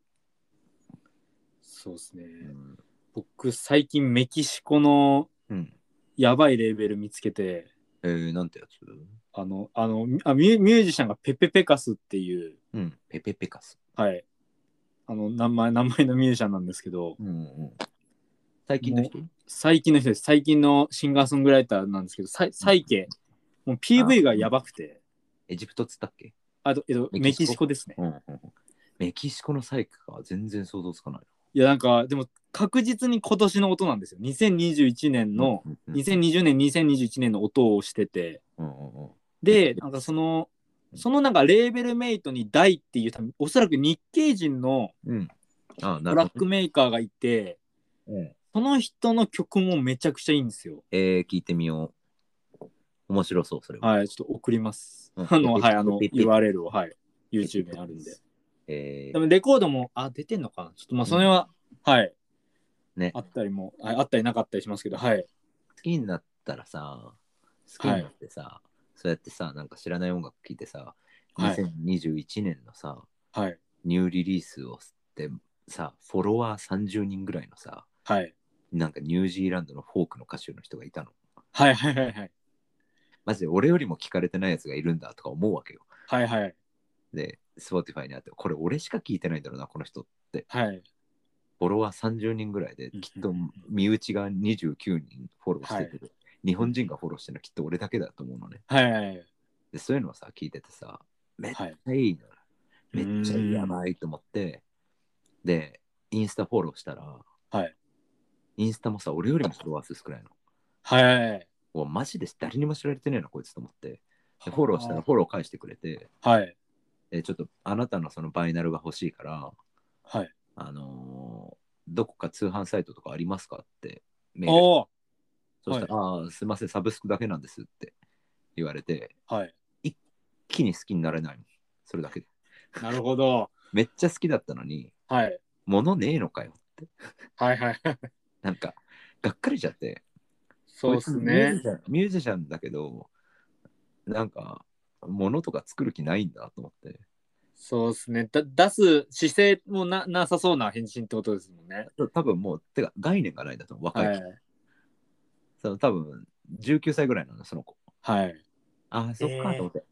[SPEAKER 1] そうですね。
[SPEAKER 2] うん
[SPEAKER 1] 僕、最近メキシコの
[SPEAKER 2] うん
[SPEAKER 1] やばいレーベル見つけて、
[SPEAKER 2] えー、なんてやつ
[SPEAKER 1] あの、あの、あミュミュージシャンがペペペカスっていう、
[SPEAKER 2] うんペペペカス、
[SPEAKER 1] はい。あの、名前、名前のミュージシャンなんですけど、
[SPEAKER 2] うんうん、最近の人
[SPEAKER 1] 最近の人です。最近のシンガーソングライターなんですけど、サイサイケ。もう PV がやばくて。
[SPEAKER 2] エジプトっつったっけ、
[SPEAKER 1] あと、えっと、メ
[SPEAKER 2] メキシコ
[SPEAKER 1] キシコですね。
[SPEAKER 2] うんうんうん、メキシコのサイクが全然想像つかない
[SPEAKER 1] いや、なんか、でも確実に今年の音なんですよ。2021年の、
[SPEAKER 2] うんうんうん
[SPEAKER 1] 2020年、2021年の音をしてて。
[SPEAKER 2] うんうんうん
[SPEAKER 1] で、なんかその、そのなんかレーベルメイトに大っていう多分、おそらく日系人の
[SPEAKER 2] うんああな
[SPEAKER 1] ト
[SPEAKER 2] る
[SPEAKER 1] ラ
[SPEAKER 2] ほ
[SPEAKER 1] ックメーカーがいて、
[SPEAKER 2] ど、うん
[SPEAKER 1] その人の曲もめちゃくちゃいいんですよ。
[SPEAKER 2] えー、聞いてみよう面白そうそれは、
[SPEAKER 1] はい、ちょっと送ります。
[SPEAKER 2] うん
[SPEAKER 1] あの、はい、あの、
[SPEAKER 2] ピッピッ
[SPEAKER 1] URL を、はい、YouTube にあるんで。
[SPEAKER 2] え
[SPEAKER 1] で
[SPEAKER 2] ー
[SPEAKER 1] もレコードも、あ、出てんのかなちょっとまあ、それは、はい。
[SPEAKER 2] ね
[SPEAKER 1] あったりも、はいあったりなかったりしますけど、はい。
[SPEAKER 2] 好きになったらさ好きになってさ、そうやってさなんか知らない音楽聴いてさ
[SPEAKER 1] はい
[SPEAKER 2] 2021年のさ、
[SPEAKER 1] はい。
[SPEAKER 2] ニューリリースをってさフォロワー30人ぐらいのさ
[SPEAKER 1] はい。
[SPEAKER 2] なんかニュージーランドのフォークの歌手の人がいたの
[SPEAKER 1] はいはいはいはい。
[SPEAKER 2] マジで俺よりも聞かれてないやつがいるんだとか思うわけよ
[SPEAKER 1] はいはい。
[SPEAKER 2] で Spotify にあってこれ俺しか聞いてないんだろうなこの人
[SPEAKER 1] はい。
[SPEAKER 2] フォロワー30人ぐらいで
[SPEAKER 1] うん
[SPEAKER 2] きっと身内が29人フォローしてて、日本人がフォローしてるのきっと俺だけだと思うのね
[SPEAKER 1] はいはい。
[SPEAKER 2] でそういうのをさ聞いててさめっち
[SPEAKER 1] は
[SPEAKER 2] ゃ
[SPEAKER 1] い。
[SPEAKER 2] いいの、めっちゃいいやばいと思ってでインスタフォローしたら
[SPEAKER 1] はい。
[SPEAKER 2] インスタもさ俺よりもフォロワー数少ないの
[SPEAKER 1] はいはいはい。
[SPEAKER 2] うわマジで誰にも知られてねえなこいつと思ってでフォローしたらフォロー返してくれて
[SPEAKER 1] はい。
[SPEAKER 2] えちょっとあなたのそのバイナルが欲しいから
[SPEAKER 1] はい。
[SPEAKER 2] あのーどこか通販サイトとかありますかってメール
[SPEAKER 1] おー
[SPEAKER 2] そしたら、ああ、すいません、サブスクだけなんですって言われて、
[SPEAKER 1] はい。
[SPEAKER 2] 一気に好きになれないの。それだけで。
[SPEAKER 1] なるほど。
[SPEAKER 2] めっちゃ好きだったのに、
[SPEAKER 1] はい。
[SPEAKER 2] 物ねえのかよって。
[SPEAKER 1] はいはい。
[SPEAKER 2] なんか、がっかりしちゃって。
[SPEAKER 1] そうです
[SPEAKER 2] こいつミュージ
[SPEAKER 1] ね
[SPEAKER 2] シ。ャンミュージシャンだけど、なんか、物とか作る気ないんだと思って。
[SPEAKER 1] そうですね。だ出す姿勢もななさそうな返信ってことですもんね。
[SPEAKER 2] 多分もう、てか概念がないんだと思う。若い
[SPEAKER 1] は
[SPEAKER 2] 人。
[SPEAKER 1] い。
[SPEAKER 2] その多分、19歳ぐらいなの、その子。
[SPEAKER 1] はい。
[SPEAKER 2] ああ、そっかと思って。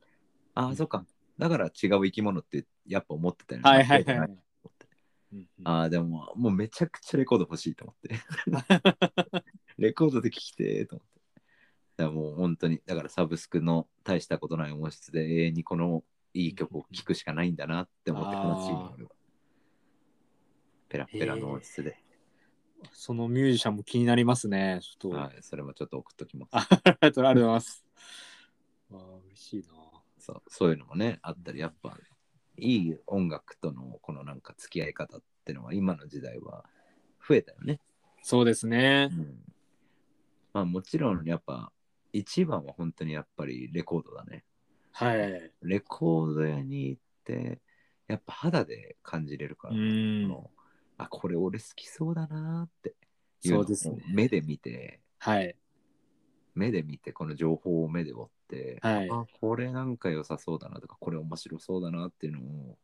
[SPEAKER 2] ああ、そっか。だから違う生き物ってやっぱ思ってたよね
[SPEAKER 1] はいはいはい。うんうん
[SPEAKER 2] ああ、でも、もうめちゃくちゃレコード欲しいと思って。 レコードで聴きてーと思って。だからもう本当に、だからサブスクの大したことない音質で永遠にこのいい曲を聴くしかないんだなって思って悲
[SPEAKER 1] あ
[SPEAKER 2] しい
[SPEAKER 1] ー
[SPEAKER 2] の俺はペラッペラの音質で、
[SPEAKER 1] そのミュージシャンも気になりますね。ちょっと。
[SPEAKER 2] はい。それもちょっと送っときます。
[SPEAKER 1] あありがとうありがとうございます。わあ、嬉しいな。
[SPEAKER 2] そうそういうのもね、あったり、やっぱ、いい音楽とのこのなんか付き合い方ってのは今の時代は増えたよね。
[SPEAKER 1] そうですね。
[SPEAKER 2] うんまあもちろんやっぱ一番は本当にやっぱりレコードだね。
[SPEAKER 1] はい。
[SPEAKER 2] レコード屋に行ってやっぱ肌で感じれるから、
[SPEAKER 1] う
[SPEAKER 2] こ
[SPEAKER 1] ん。
[SPEAKER 2] のあこれ俺好きそうだなーっていうの
[SPEAKER 1] そう
[SPEAKER 2] を
[SPEAKER 1] ですね。
[SPEAKER 2] 目で見て
[SPEAKER 1] はい。
[SPEAKER 2] 目で見てこの情報を目で追って、
[SPEAKER 1] はい
[SPEAKER 2] あこれなんか良さそうだなとかこれ面白そうだなっていうのを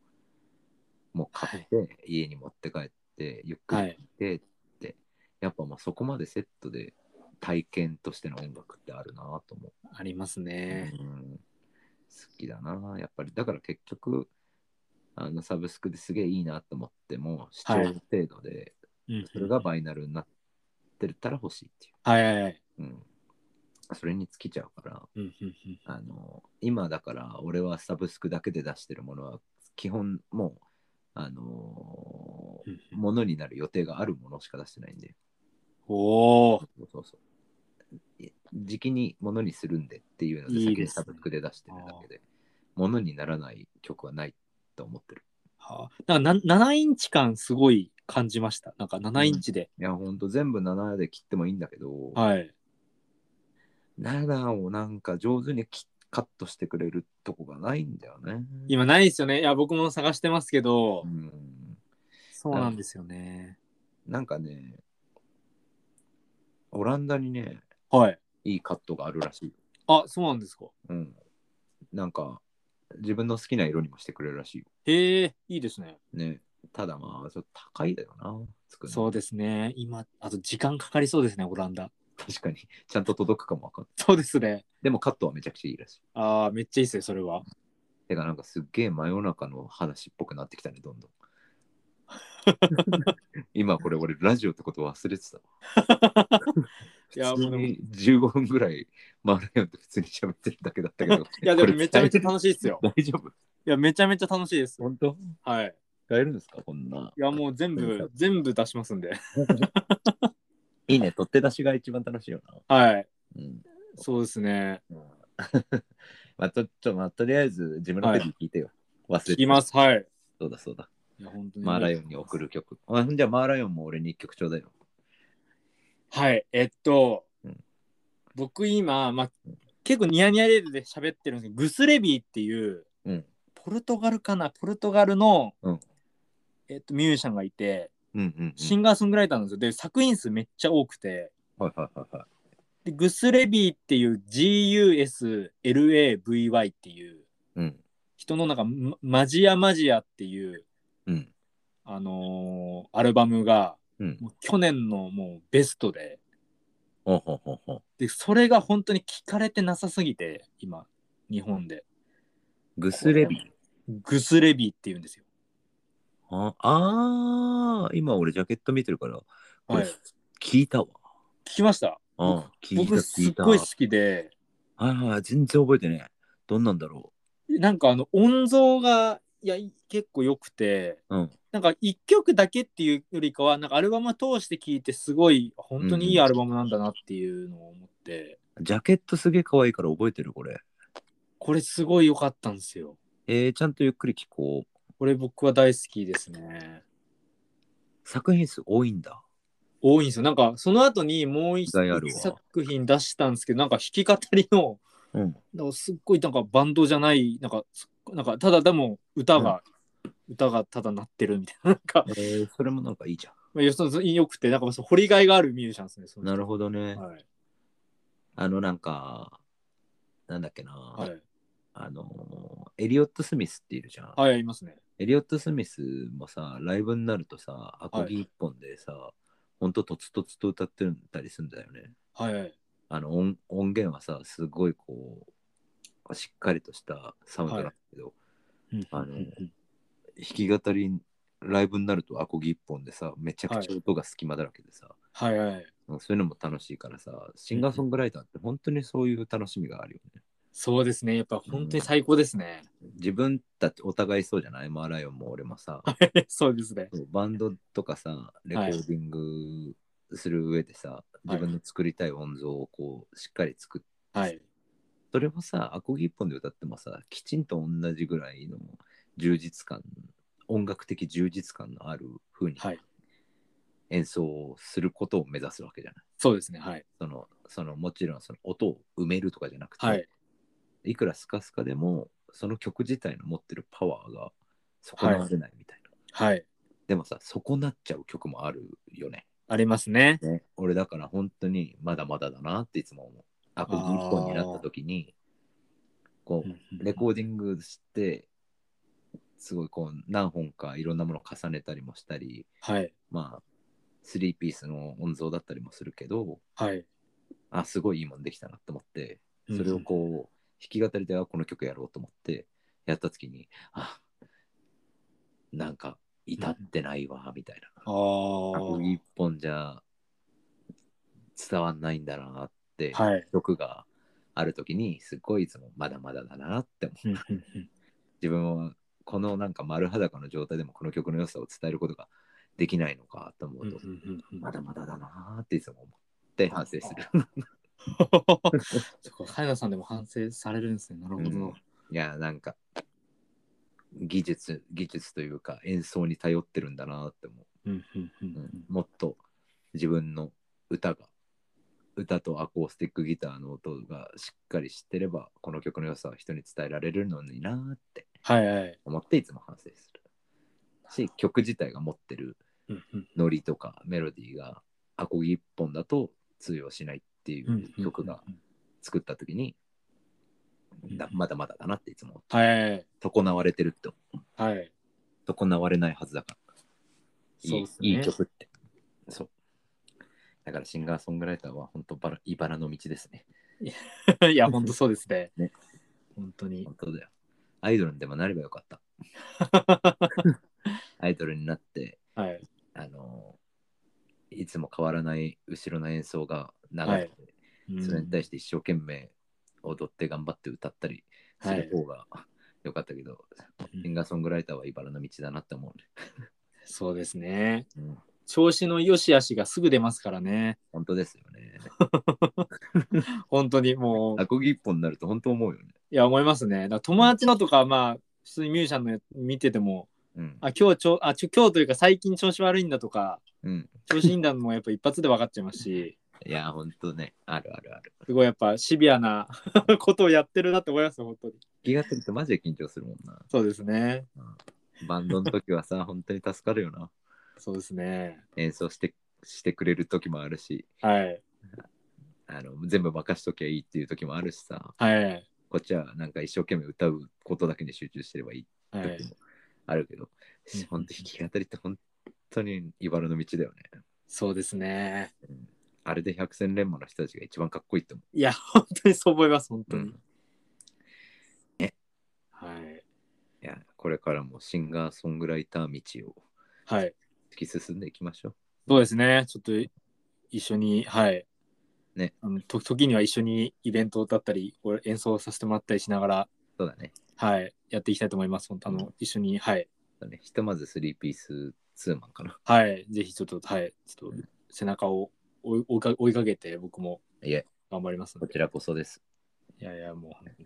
[SPEAKER 2] もう買って家に持って帰ってゆっくり
[SPEAKER 1] はい。
[SPEAKER 2] でってやっぱもうそこまでセットで体験としての音楽ってあるなと思う、
[SPEAKER 1] ありますね。
[SPEAKER 2] うん好きだなやっぱりだから結局あのサブスクですげえいいなと思っても視聴程度で
[SPEAKER 1] うん
[SPEAKER 2] それがバイナルになってたら欲しいってい
[SPEAKER 1] はいはいはい。
[SPEAKER 2] う、うん、それに尽きちゃうから
[SPEAKER 1] うんうんうん
[SPEAKER 2] あの今だから俺はサブスクだけで出してるものは基本もうあの
[SPEAKER 1] うんうん
[SPEAKER 2] ものになる予定があるものしか出してないんで
[SPEAKER 1] おお。
[SPEAKER 2] そうそうそう。い時期にものにするんでっていうので、
[SPEAKER 1] いい
[SPEAKER 2] 先
[SPEAKER 1] で
[SPEAKER 2] に
[SPEAKER 1] すね
[SPEAKER 2] サブスクで出してるだけで、ものにならない曲はないと思ってる。
[SPEAKER 1] あはあ、なんかな7インチ感すごい感じました。なんか7インチで。
[SPEAKER 2] いや、ほんと全部7で切ってもいいんだけど、
[SPEAKER 1] はい。
[SPEAKER 2] 7をなんか上手にきカットしてくれるとこがないんだよね。
[SPEAKER 1] 今ないですよね。いや、僕も探してますけど、
[SPEAKER 2] うん、
[SPEAKER 1] そうなんですよね。
[SPEAKER 2] なんかね、オランダにね、
[SPEAKER 1] はい。
[SPEAKER 2] いいカットがあるらしい。
[SPEAKER 1] あ、そうなんですか。
[SPEAKER 2] うん。なんか、自分の好きな色にもしてくれるらしいよ。
[SPEAKER 1] へえ、いいですね。
[SPEAKER 2] ね。ただまあ、ちょっと高いだよな。作るの
[SPEAKER 1] そうですね。今、あと時間かかりそうですね、オランダ。
[SPEAKER 2] 確かに。ちゃんと届くかもわかんない。
[SPEAKER 1] そうですね。
[SPEAKER 2] でもカットはめちゃくちゃいいらしい。
[SPEAKER 1] ああ、めっちゃいいですね、それは。
[SPEAKER 2] てか、なんかすっげえ真夜中の話っぽくなってきたね、どんどん。今これ俺ラジオってこと忘れてたわ。
[SPEAKER 1] いや
[SPEAKER 2] 普通に15分ぐらいマライオンって普通に喋ってるだけだったけど。
[SPEAKER 1] いや、でもめちゃめちゃ
[SPEAKER 2] こ
[SPEAKER 1] 楽しいですよ。
[SPEAKER 2] れ大丈夫。
[SPEAKER 1] いや、めちゃめちゃ楽しいです。
[SPEAKER 2] 本当
[SPEAKER 1] はい。
[SPEAKER 2] 使えるんですかこんな。
[SPEAKER 1] いや、もう全部、全部出しますんで。
[SPEAKER 2] いいね、取って出しが一番楽しいよな。
[SPEAKER 1] はい。
[SPEAKER 2] うん。
[SPEAKER 1] そうですね。
[SPEAKER 2] まあ、とちょまあ、とりあえず自分のページ聞いてよ。忘れ
[SPEAKER 1] 聞
[SPEAKER 2] て
[SPEAKER 1] きます。はい。
[SPEAKER 2] そうだそうだ。
[SPEAKER 1] いや、本当に。
[SPEAKER 2] マーライオンに送る曲。あじゃあマーライオンも俺に一曲ちょうだいよ。
[SPEAKER 1] はい、えっと、
[SPEAKER 2] うん
[SPEAKER 1] 僕今、まあ、結構ニヤニヤレールで喋ってるんですけど、グスレビーっていう、
[SPEAKER 2] うん
[SPEAKER 1] ポルトガルかな、ポルトガルの、
[SPEAKER 2] うん
[SPEAKER 1] えっと、ミュージシャンがいて、
[SPEAKER 2] うんうん、
[SPEAKER 1] シンガーソングライターなんですよ。で、作品数めっちゃ多くて、
[SPEAKER 2] うん。はいはいはいはい。
[SPEAKER 1] でグスレビーっていう GUSLAVY っていう
[SPEAKER 2] うん。
[SPEAKER 1] 人のなんか、ママジアマジアっていう、
[SPEAKER 2] うん。
[SPEAKER 1] あのーアルバムが、
[SPEAKER 2] うん。
[SPEAKER 1] もう去年のもうベストで、
[SPEAKER 2] ほうほうほうほう。
[SPEAKER 1] で、それが本当に聞かれてなさすぎて、今、日本で。
[SPEAKER 2] グスレビー。
[SPEAKER 1] グスレビーって言うんですよ。
[SPEAKER 2] ああー、今俺ジャケット見てるから、こ
[SPEAKER 1] は
[SPEAKER 2] れ
[SPEAKER 1] い。
[SPEAKER 2] 聞いたわ。
[SPEAKER 1] 聞きました。
[SPEAKER 2] あー聞いた
[SPEAKER 1] 僕、
[SPEAKER 2] 聞
[SPEAKER 1] すっ
[SPEAKER 2] いた。
[SPEAKER 1] ごい好きで、
[SPEAKER 2] はいはい、全然覚えてねえ。どんなんだろ
[SPEAKER 1] なんかあの、音像が、いや、い結構良くて、
[SPEAKER 2] う。うん。
[SPEAKER 1] なんか一曲だけっていうよりかは、なんかアルバムを通して聴いて、すごい、本当にいいアルバムなんだなっていうのを思って、
[SPEAKER 2] ジャケットすげえ可愛いから覚えてる、これ。
[SPEAKER 1] これすごい良かったんですよ。
[SPEAKER 2] えー、ちゃんとゆっくり聞こう。
[SPEAKER 1] これ僕は大好きですね。
[SPEAKER 2] 作品数多いんだ。
[SPEAKER 1] 多いんですよ。なんか、その後にもう一
[SPEAKER 2] 意外あるわ
[SPEAKER 1] 作品出したんですけど、なんか弾き語りの、
[SPEAKER 2] うん。
[SPEAKER 1] なんかすっごいなんかバンドじゃないなんかすなんかただでも歌が、歌がただ鳴ってるみたいななんか
[SPEAKER 2] えー、それもなんかいいじゃ
[SPEAKER 1] まあよそよくてなんかそう掘りがいがあるミュージシャンですね。そ
[SPEAKER 2] ん。
[SPEAKER 1] の人
[SPEAKER 2] なるほどね。
[SPEAKER 1] はい
[SPEAKER 2] あの、なんか、なんだっけな。
[SPEAKER 1] はい
[SPEAKER 2] あのーエリオット・スミスっているじゃん。
[SPEAKER 1] はいいますね。
[SPEAKER 2] エリオット・スミスもさ、ライブになるとさ、アコギ一本でさ、ほんととつとつと歌ってたりするんだよね。
[SPEAKER 1] はいはい
[SPEAKER 2] あの音音源はさ、すごいこう、しっかりとしたサウンドなんだけど、あの弾き語り、ライブになるとアコギ一本でさ、めちゃくちゃ音が隙間だらけでさ、
[SPEAKER 1] はいはい
[SPEAKER 2] うんそういうのも楽しいからさ、シンガーソングライターって本当にそういう楽しみがあるよね。
[SPEAKER 1] そうですねやっぱ本当に最高ですね。
[SPEAKER 2] 自分たちお互いそうじゃないマーライオンも俺もさ、
[SPEAKER 1] そうですね。
[SPEAKER 2] そうバンドとかさレコーディングする上でさ、自分の作りたい音像をこうしっかり作って、
[SPEAKER 1] はい
[SPEAKER 2] それもさアコギ一本で歌ってもさきちんと同じぐらいの充実感音楽的充実感のある風に
[SPEAKER 1] はい
[SPEAKER 2] 演奏をすることを目指すわけじゃない、
[SPEAKER 1] そうですねはい
[SPEAKER 2] そのそのもちろんその音を埋めるとかじゃなくて、
[SPEAKER 1] はい
[SPEAKER 2] い、くらスカスカでもその曲自体の持ってるパワーが損なわれないみたいな、
[SPEAKER 1] はい
[SPEAKER 2] でもさ損なっちゃう曲もあるよね
[SPEAKER 1] ありますね。
[SPEAKER 2] ね、俺だから本当にまだまだだなっていつも思う。アコギ一本になった時に、こう、レコーディングして、すごいこう、何本かいろんなものを重ねたりもしたり、
[SPEAKER 1] はい
[SPEAKER 2] まあ、3ピースの音像だったりもするけど、
[SPEAKER 1] はい
[SPEAKER 2] あ、すごいいいもんできたなと思って、それをこう、弾き語りではこの曲やろうと思って、やった時に、あ、なんか、至ってないわ、みたいな。
[SPEAKER 1] あ
[SPEAKER 2] アコ
[SPEAKER 1] ー
[SPEAKER 2] ギ一本じゃ伝わんないんだなって、
[SPEAKER 1] はい
[SPEAKER 2] 曲がある時にすっごいいつもまだまだだなって思
[SPEAKER 1] う
[SPEAKER 2] う
[SPEAKER 1] んうんうん
[SPEAKER 2] 自分はこのなんか丸裸の状態でもこの曲の良さを伝えることができないのかと思
[SPEAKER 1] うん
[SPEAKER 2] う
[SPEAKER 1] う
[SPEAKER 2] と、
[SPEAKER 1] んうん
[SPEAKER 2] まだまだだなっていつも思って反省する
[SPEAKER 1] そっか、カイナさんでも反省されるんですね。なるほど。
[SPEAKER 2] うんいやなんか技術技術というか演奏に頼ってるんだなって思う。
[SPEAKER 1] うんうんう
[SPEAKER 2] うん
[SPEAKER 1] ん
[SPEAKER 2] もっと自分の歌が歌とアコースティックギターの音がしっかり知ってればこの曲の良さは人に伝えられるのになーって
[SPEAKER 1] はいはい。
[SPEAKER 2] 思っていつも反省するし曲自体が持ってる
[SPEAKER 1] うんうん
[SPEAKER 2] ノリとかメロディーがアコギ一本だと通用しないってい
[SPEAKER 1] うんうん
[SPEAKER 2] う
[SPEAKER 1] うん
[SPEAKER 2] 曲が。作った時に、
[SPEAKER 1] うん
[SPEAKER 2] だまだまだだなっていつも思って
[SPEAKER 1] はい
[SPEAKER 2] 損なわれてるって思
[SPEAKER 1] はい。
[SPEAKER 2] う損なわれないはずだからいい
[SPEAKER 1] そうっすね
[SPEAKER 2] いい曲って。そう。だからシンガーソングライターは本当ばら、茨の道ですね。
[SPEAKER 1] いや、本当そうです ね。
[SPEAKER 2] ね
[SPEAKER 1] 本当に。
[SPEAKER 2] 本当だよ。アイドルにでもなればよかった。 アイドルになって、
[SPEAKER 1] はい。
[SPEAKER 2] あのいつも変わらない後ろの演奏が流れて、それに対して一生懸命踊って頑張って歌ったりする方がよかったけど、
[SPEAKER 1] うん
[SPEAKER 2] シンガーソングライターは茨の道だなって思うね。
[SPEAKER 1] そうですね。
[SPEAKER 2] うん、
[SPEAKER 1] 調子の良し悪しがすぐ出ますからね。
[SPEAKER 2] 本当ですよね。
[SPEAKER 1] 本当にもう、
[SPEAKER 2] アコギ一本になると本当思うよね。
[SPEAKER 1] いや、思いますね。だから友達のとか、まあ、普通にミュージシャンのや見てても、
[SPEAKER 2] うん。
[SPEAKER 1] あ、今日ちょ、あ、ちょ今日というか最近調子悪いんだとか、
[SPEAKER 2] うん、
[SPEAKER 1] 調子いいんだのもやっぱ一発で分かっちゃいますし、
[SPEAKER 2] いや、本当ね、あるあるある。
[SPEAKER 1] すごいやっぱシビアな ことをやってるなって思いますよ、本当に。
[SPEAKER 2] 気がするとマジで緊張するもんな。
[SPEAKER 1] そうですね。
[SPEAKER 2] バンドの時はさ、 本当に助かるよな。
[SPEAKER 1] そうですね。
[SPEAKER 2] 演奏してしてくれる時もあるし、
[SPEAKER 1] はい。
[SPEAKER 2] あの全部任しときゃいいっていう時もあるしさ、
[SPEAKER 1] はい。
[SPEAKER 2] こっちはなんか一生懸命歌うことだけに集中してればいい
[SPEAKER 1] は
[SPEAKER 2] 時
[SPEAKER 1] い。
[SPEAKER 2] もあるけど、
[SPEAKER 1] うん
[SPEAKER 2] 本当弾き語りって本当に茨の道だよね。
[SPEAKER 1] そうですね。
[SPEAKER 2] あれで百戦錬磨の人たちが一番かっこいいと思
[SPEAKER 1] いや、本当にそう思います、本
[SPEAKER 2] う。
[SPEAKER 1] 当に。
[SPEAKER 2] うん
[SPEAKER 1] はい。
[SPEAKER 2] いやこれからもシンガーソングライター道を
[SPEAKER 1] はい。
[SPEAKER 2] 突き進んでいきましょう。
[SPEAKER 1] そうですね。ちょっと一緒に、はい。
[SPEAKER 2] ね。
[SPEAKER 1] あのと時には一緒にイベントだったり、これ演奏させてもらったりしながら、
[SPEAKER 2] そうだね。
[SPEAKER 1] はい。やっていきたいと思います。本当あの、一緒に、はい。
[SPEAKER 2] そうだねひとまずスリーピースツーマンかな。
[SPEAKER 1] はい。ぜひちょっと、はい。ちょっと背中を追い追いか追いかけて、僕も
[SPEAKER 2] いえ、
[SPEAKER 1] 頑張りますの
[SPEAKER 2] こ
[SPEAKER 1] で。
[SPEAKER 2] ちらこそです。
[SPEAKER 1] いやいや、もう。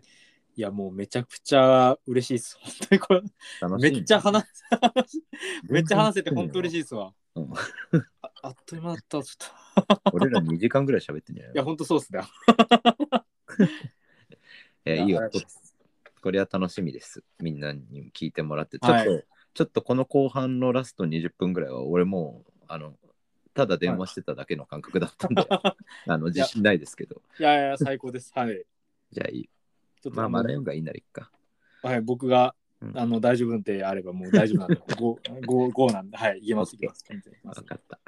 [SPEAKER 1] いやもうめちゃくちゃ嬉しいです。本当にこれ
[SPEAKER 2] 楽し
[SPEAKER 1] め
[SPEAKER 2] いね
[SPEAKER 1] っちゃ話せめっちゃ話せて本当嬉しいですわ。
[SPEAKER 2] うん
[SPEAKER 1] ああっという間だった。ちょっと。
[SPEAKER 2] 俺ら2時間ぐらい喋ってんじゃない
[SPEAKER 1] いや、本当そうっすね。
[SPEAKER 2] いやいいよ
[SPEAKER 1] ありがとうございます
[SPEAKER 2] これは楽しみです。みんなに聞いてもらって、ちょっと、
[SPEAKER 1] は
[SPEAKER 2] ちょっとこの後半のラスト20分ぐらいは、俺もう、あの、ただ電話してただけの感覚だったんで、 あの、自信ないですけど。
[SPEAKER 1] いやいや、最高です。はい。
[SPEAKER 2] じゃあいい。
[SPEAKER 1] ちょっと
[SPEAKER 2] まあ、まだ読んがいいならいっか。
[SPEAKER 1] はい、僕が、
[SPEAKER 2] うん
[SPEAKER 1] あの大丈夫であればもう大丈夫なんで、5、5、5なんで、はい、言えます、
[SPEAKER 2] OK
[SPEAKER 1] 言えます。完全に言えま
[SPEAKER 2] わ
[SPEAKER 1] す
[SPEAKER 2] かった。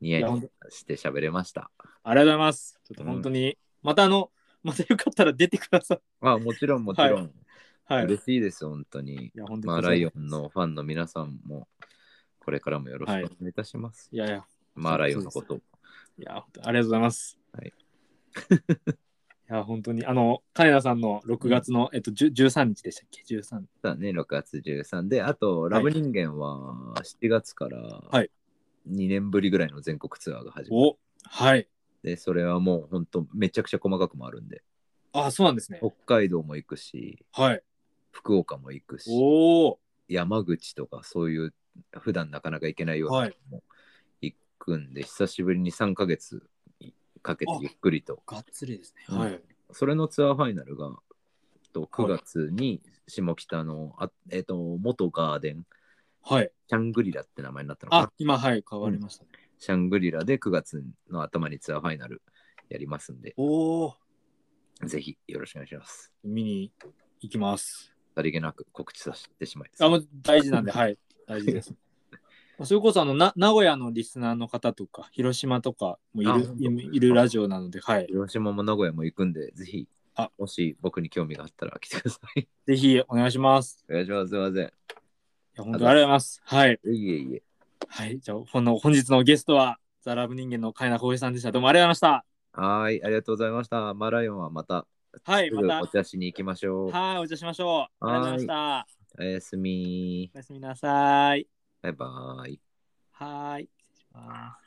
[SPEAKER 2] ニヤ
[SPEAKER 1] い
[SPEAKER 2] ニ
[SPEAKER 1] やほん
[SPEAKER 2] ヤ
[SPEAKER 1] と
[SPEAKER 2] して喋れました。
[SPEAKER 1] ありがとうございます。ちょっと本当に、またあの、またよかったら出てください。
[SPEAKER 2] あ、もちろん、もちろん。
[SPEAKER 1] はい。い
[SPEAKER 2] 嬉しいです、本当に。
[SPEAKER 1] や、本当
[SPEAKER 2] ま
[SPEAKER 1] に
[SPEAKER 2] あ、ライオン。のファンの皆さんも、これからもよろしくお願いいたします。
[SPEAKER 1] いやいや、
[SPEAKER 2] まあ、ライオンのこと。
[SPEAKER 1] いや、本当にありがとうございます。
[SPEAKER 2] はい。
[SPEAKER 1] いや、本当に、あの、金田さんの6月の、えっと、10 13日でしたっけ ?13。
[SPEAKER 2] だね、6月13で、あと、ラブ人間は7月から
[SPEAKER 1] はい
[SPEAKER 2] 2年ぶりぐらいの全国ツアーが始まっ
[SPEAKER 1] おはい。
[SPEAKER 2] て、それはもう本当、めちゃくちゃ細かくもあるんで、
[SPEAKER 1] あ、そうなんですね。
[SPEAKER 2] 北海道も行くし、
[SPEAKER 1] はい。
[SPEAKER 2] 福岡も行くし、
[SPEAKER 1] おお
[SPEAKER 2] 山口とかそういう、普段なかなか行けないような
[SPEAKER 1] はい
[SPEAKER 2] とこも行くんで、久しぶりに3ヶ月かけてゆっくりと。
[SPEAKER 1] がっつりです
[SPEAKER 2] う
[SPEAKER 1] ね。
[SPEAKER 2] ん
[SPEAKER 1] はい。
[SPEAKER 2] それのツアーファイナルが、と9月に下北の、あえっ、と、元ガーデン、
[SPEAKER 1] はい。
[SPEAKER 2] シャングリラって名前になったのかな。
[SPEAKER 1] あ、今、はい、変わりましたね。
[SPEAKER 2] シャングリラで9月の頭にツアーファイナルやりますんで、
[SPEAKER 1] おお
[SPEAKER 2] ぜひよろしくお願いします。
[SPEAKER 1] 見に行きます。
[SPEAKER 2] さりげなく告知させてしまいます
[SPEAKER 1] あ、もう大事なんで、はい、大事 です。それこそあのな名古屋のリスナーの方とか、広島とかもい
[SPEAKER 2] あ
[SPEAKER 1] るいるいるラジオなので、はい、
[SPEAKER 2] 広島も名古屋も行くんで、ぜひ
[SPEAKER 1] あ、
[SPEAKER 2] もし僕に興味があったら来てください。
[SPEAKER 1] ぜひお願いします。
[SPEAKER 2] お願いします。すいません。
[SPEAKER 1] いや本当にありがとうございます。はい、
[SPEAKER 2] いえいえ。
[SPEAKER 1] はい、じゃあほんの本日のゲストは、ザ・ラブ人間のカイナ浩平さんでした。どうもありがとうござい
[SPEAKER 2] はーい、ありがとうございました。マーライオンはまた、
[SPEAKER 1] ました。はい、
[SPEAKER 2] すぐ
[SPEAKER 1] ま
[SPEAKER 2] お茶しに行きましょう
[SPEAKER 1] た、。はい、お茶しましょう。ありがとうございました。
[SPEAKER 2] おやすみ
[SPEAKER 1] お。やすみなさい。
[SPEAKER 2] バイバーイ。
[SPEAKER 1] はい、失礼します。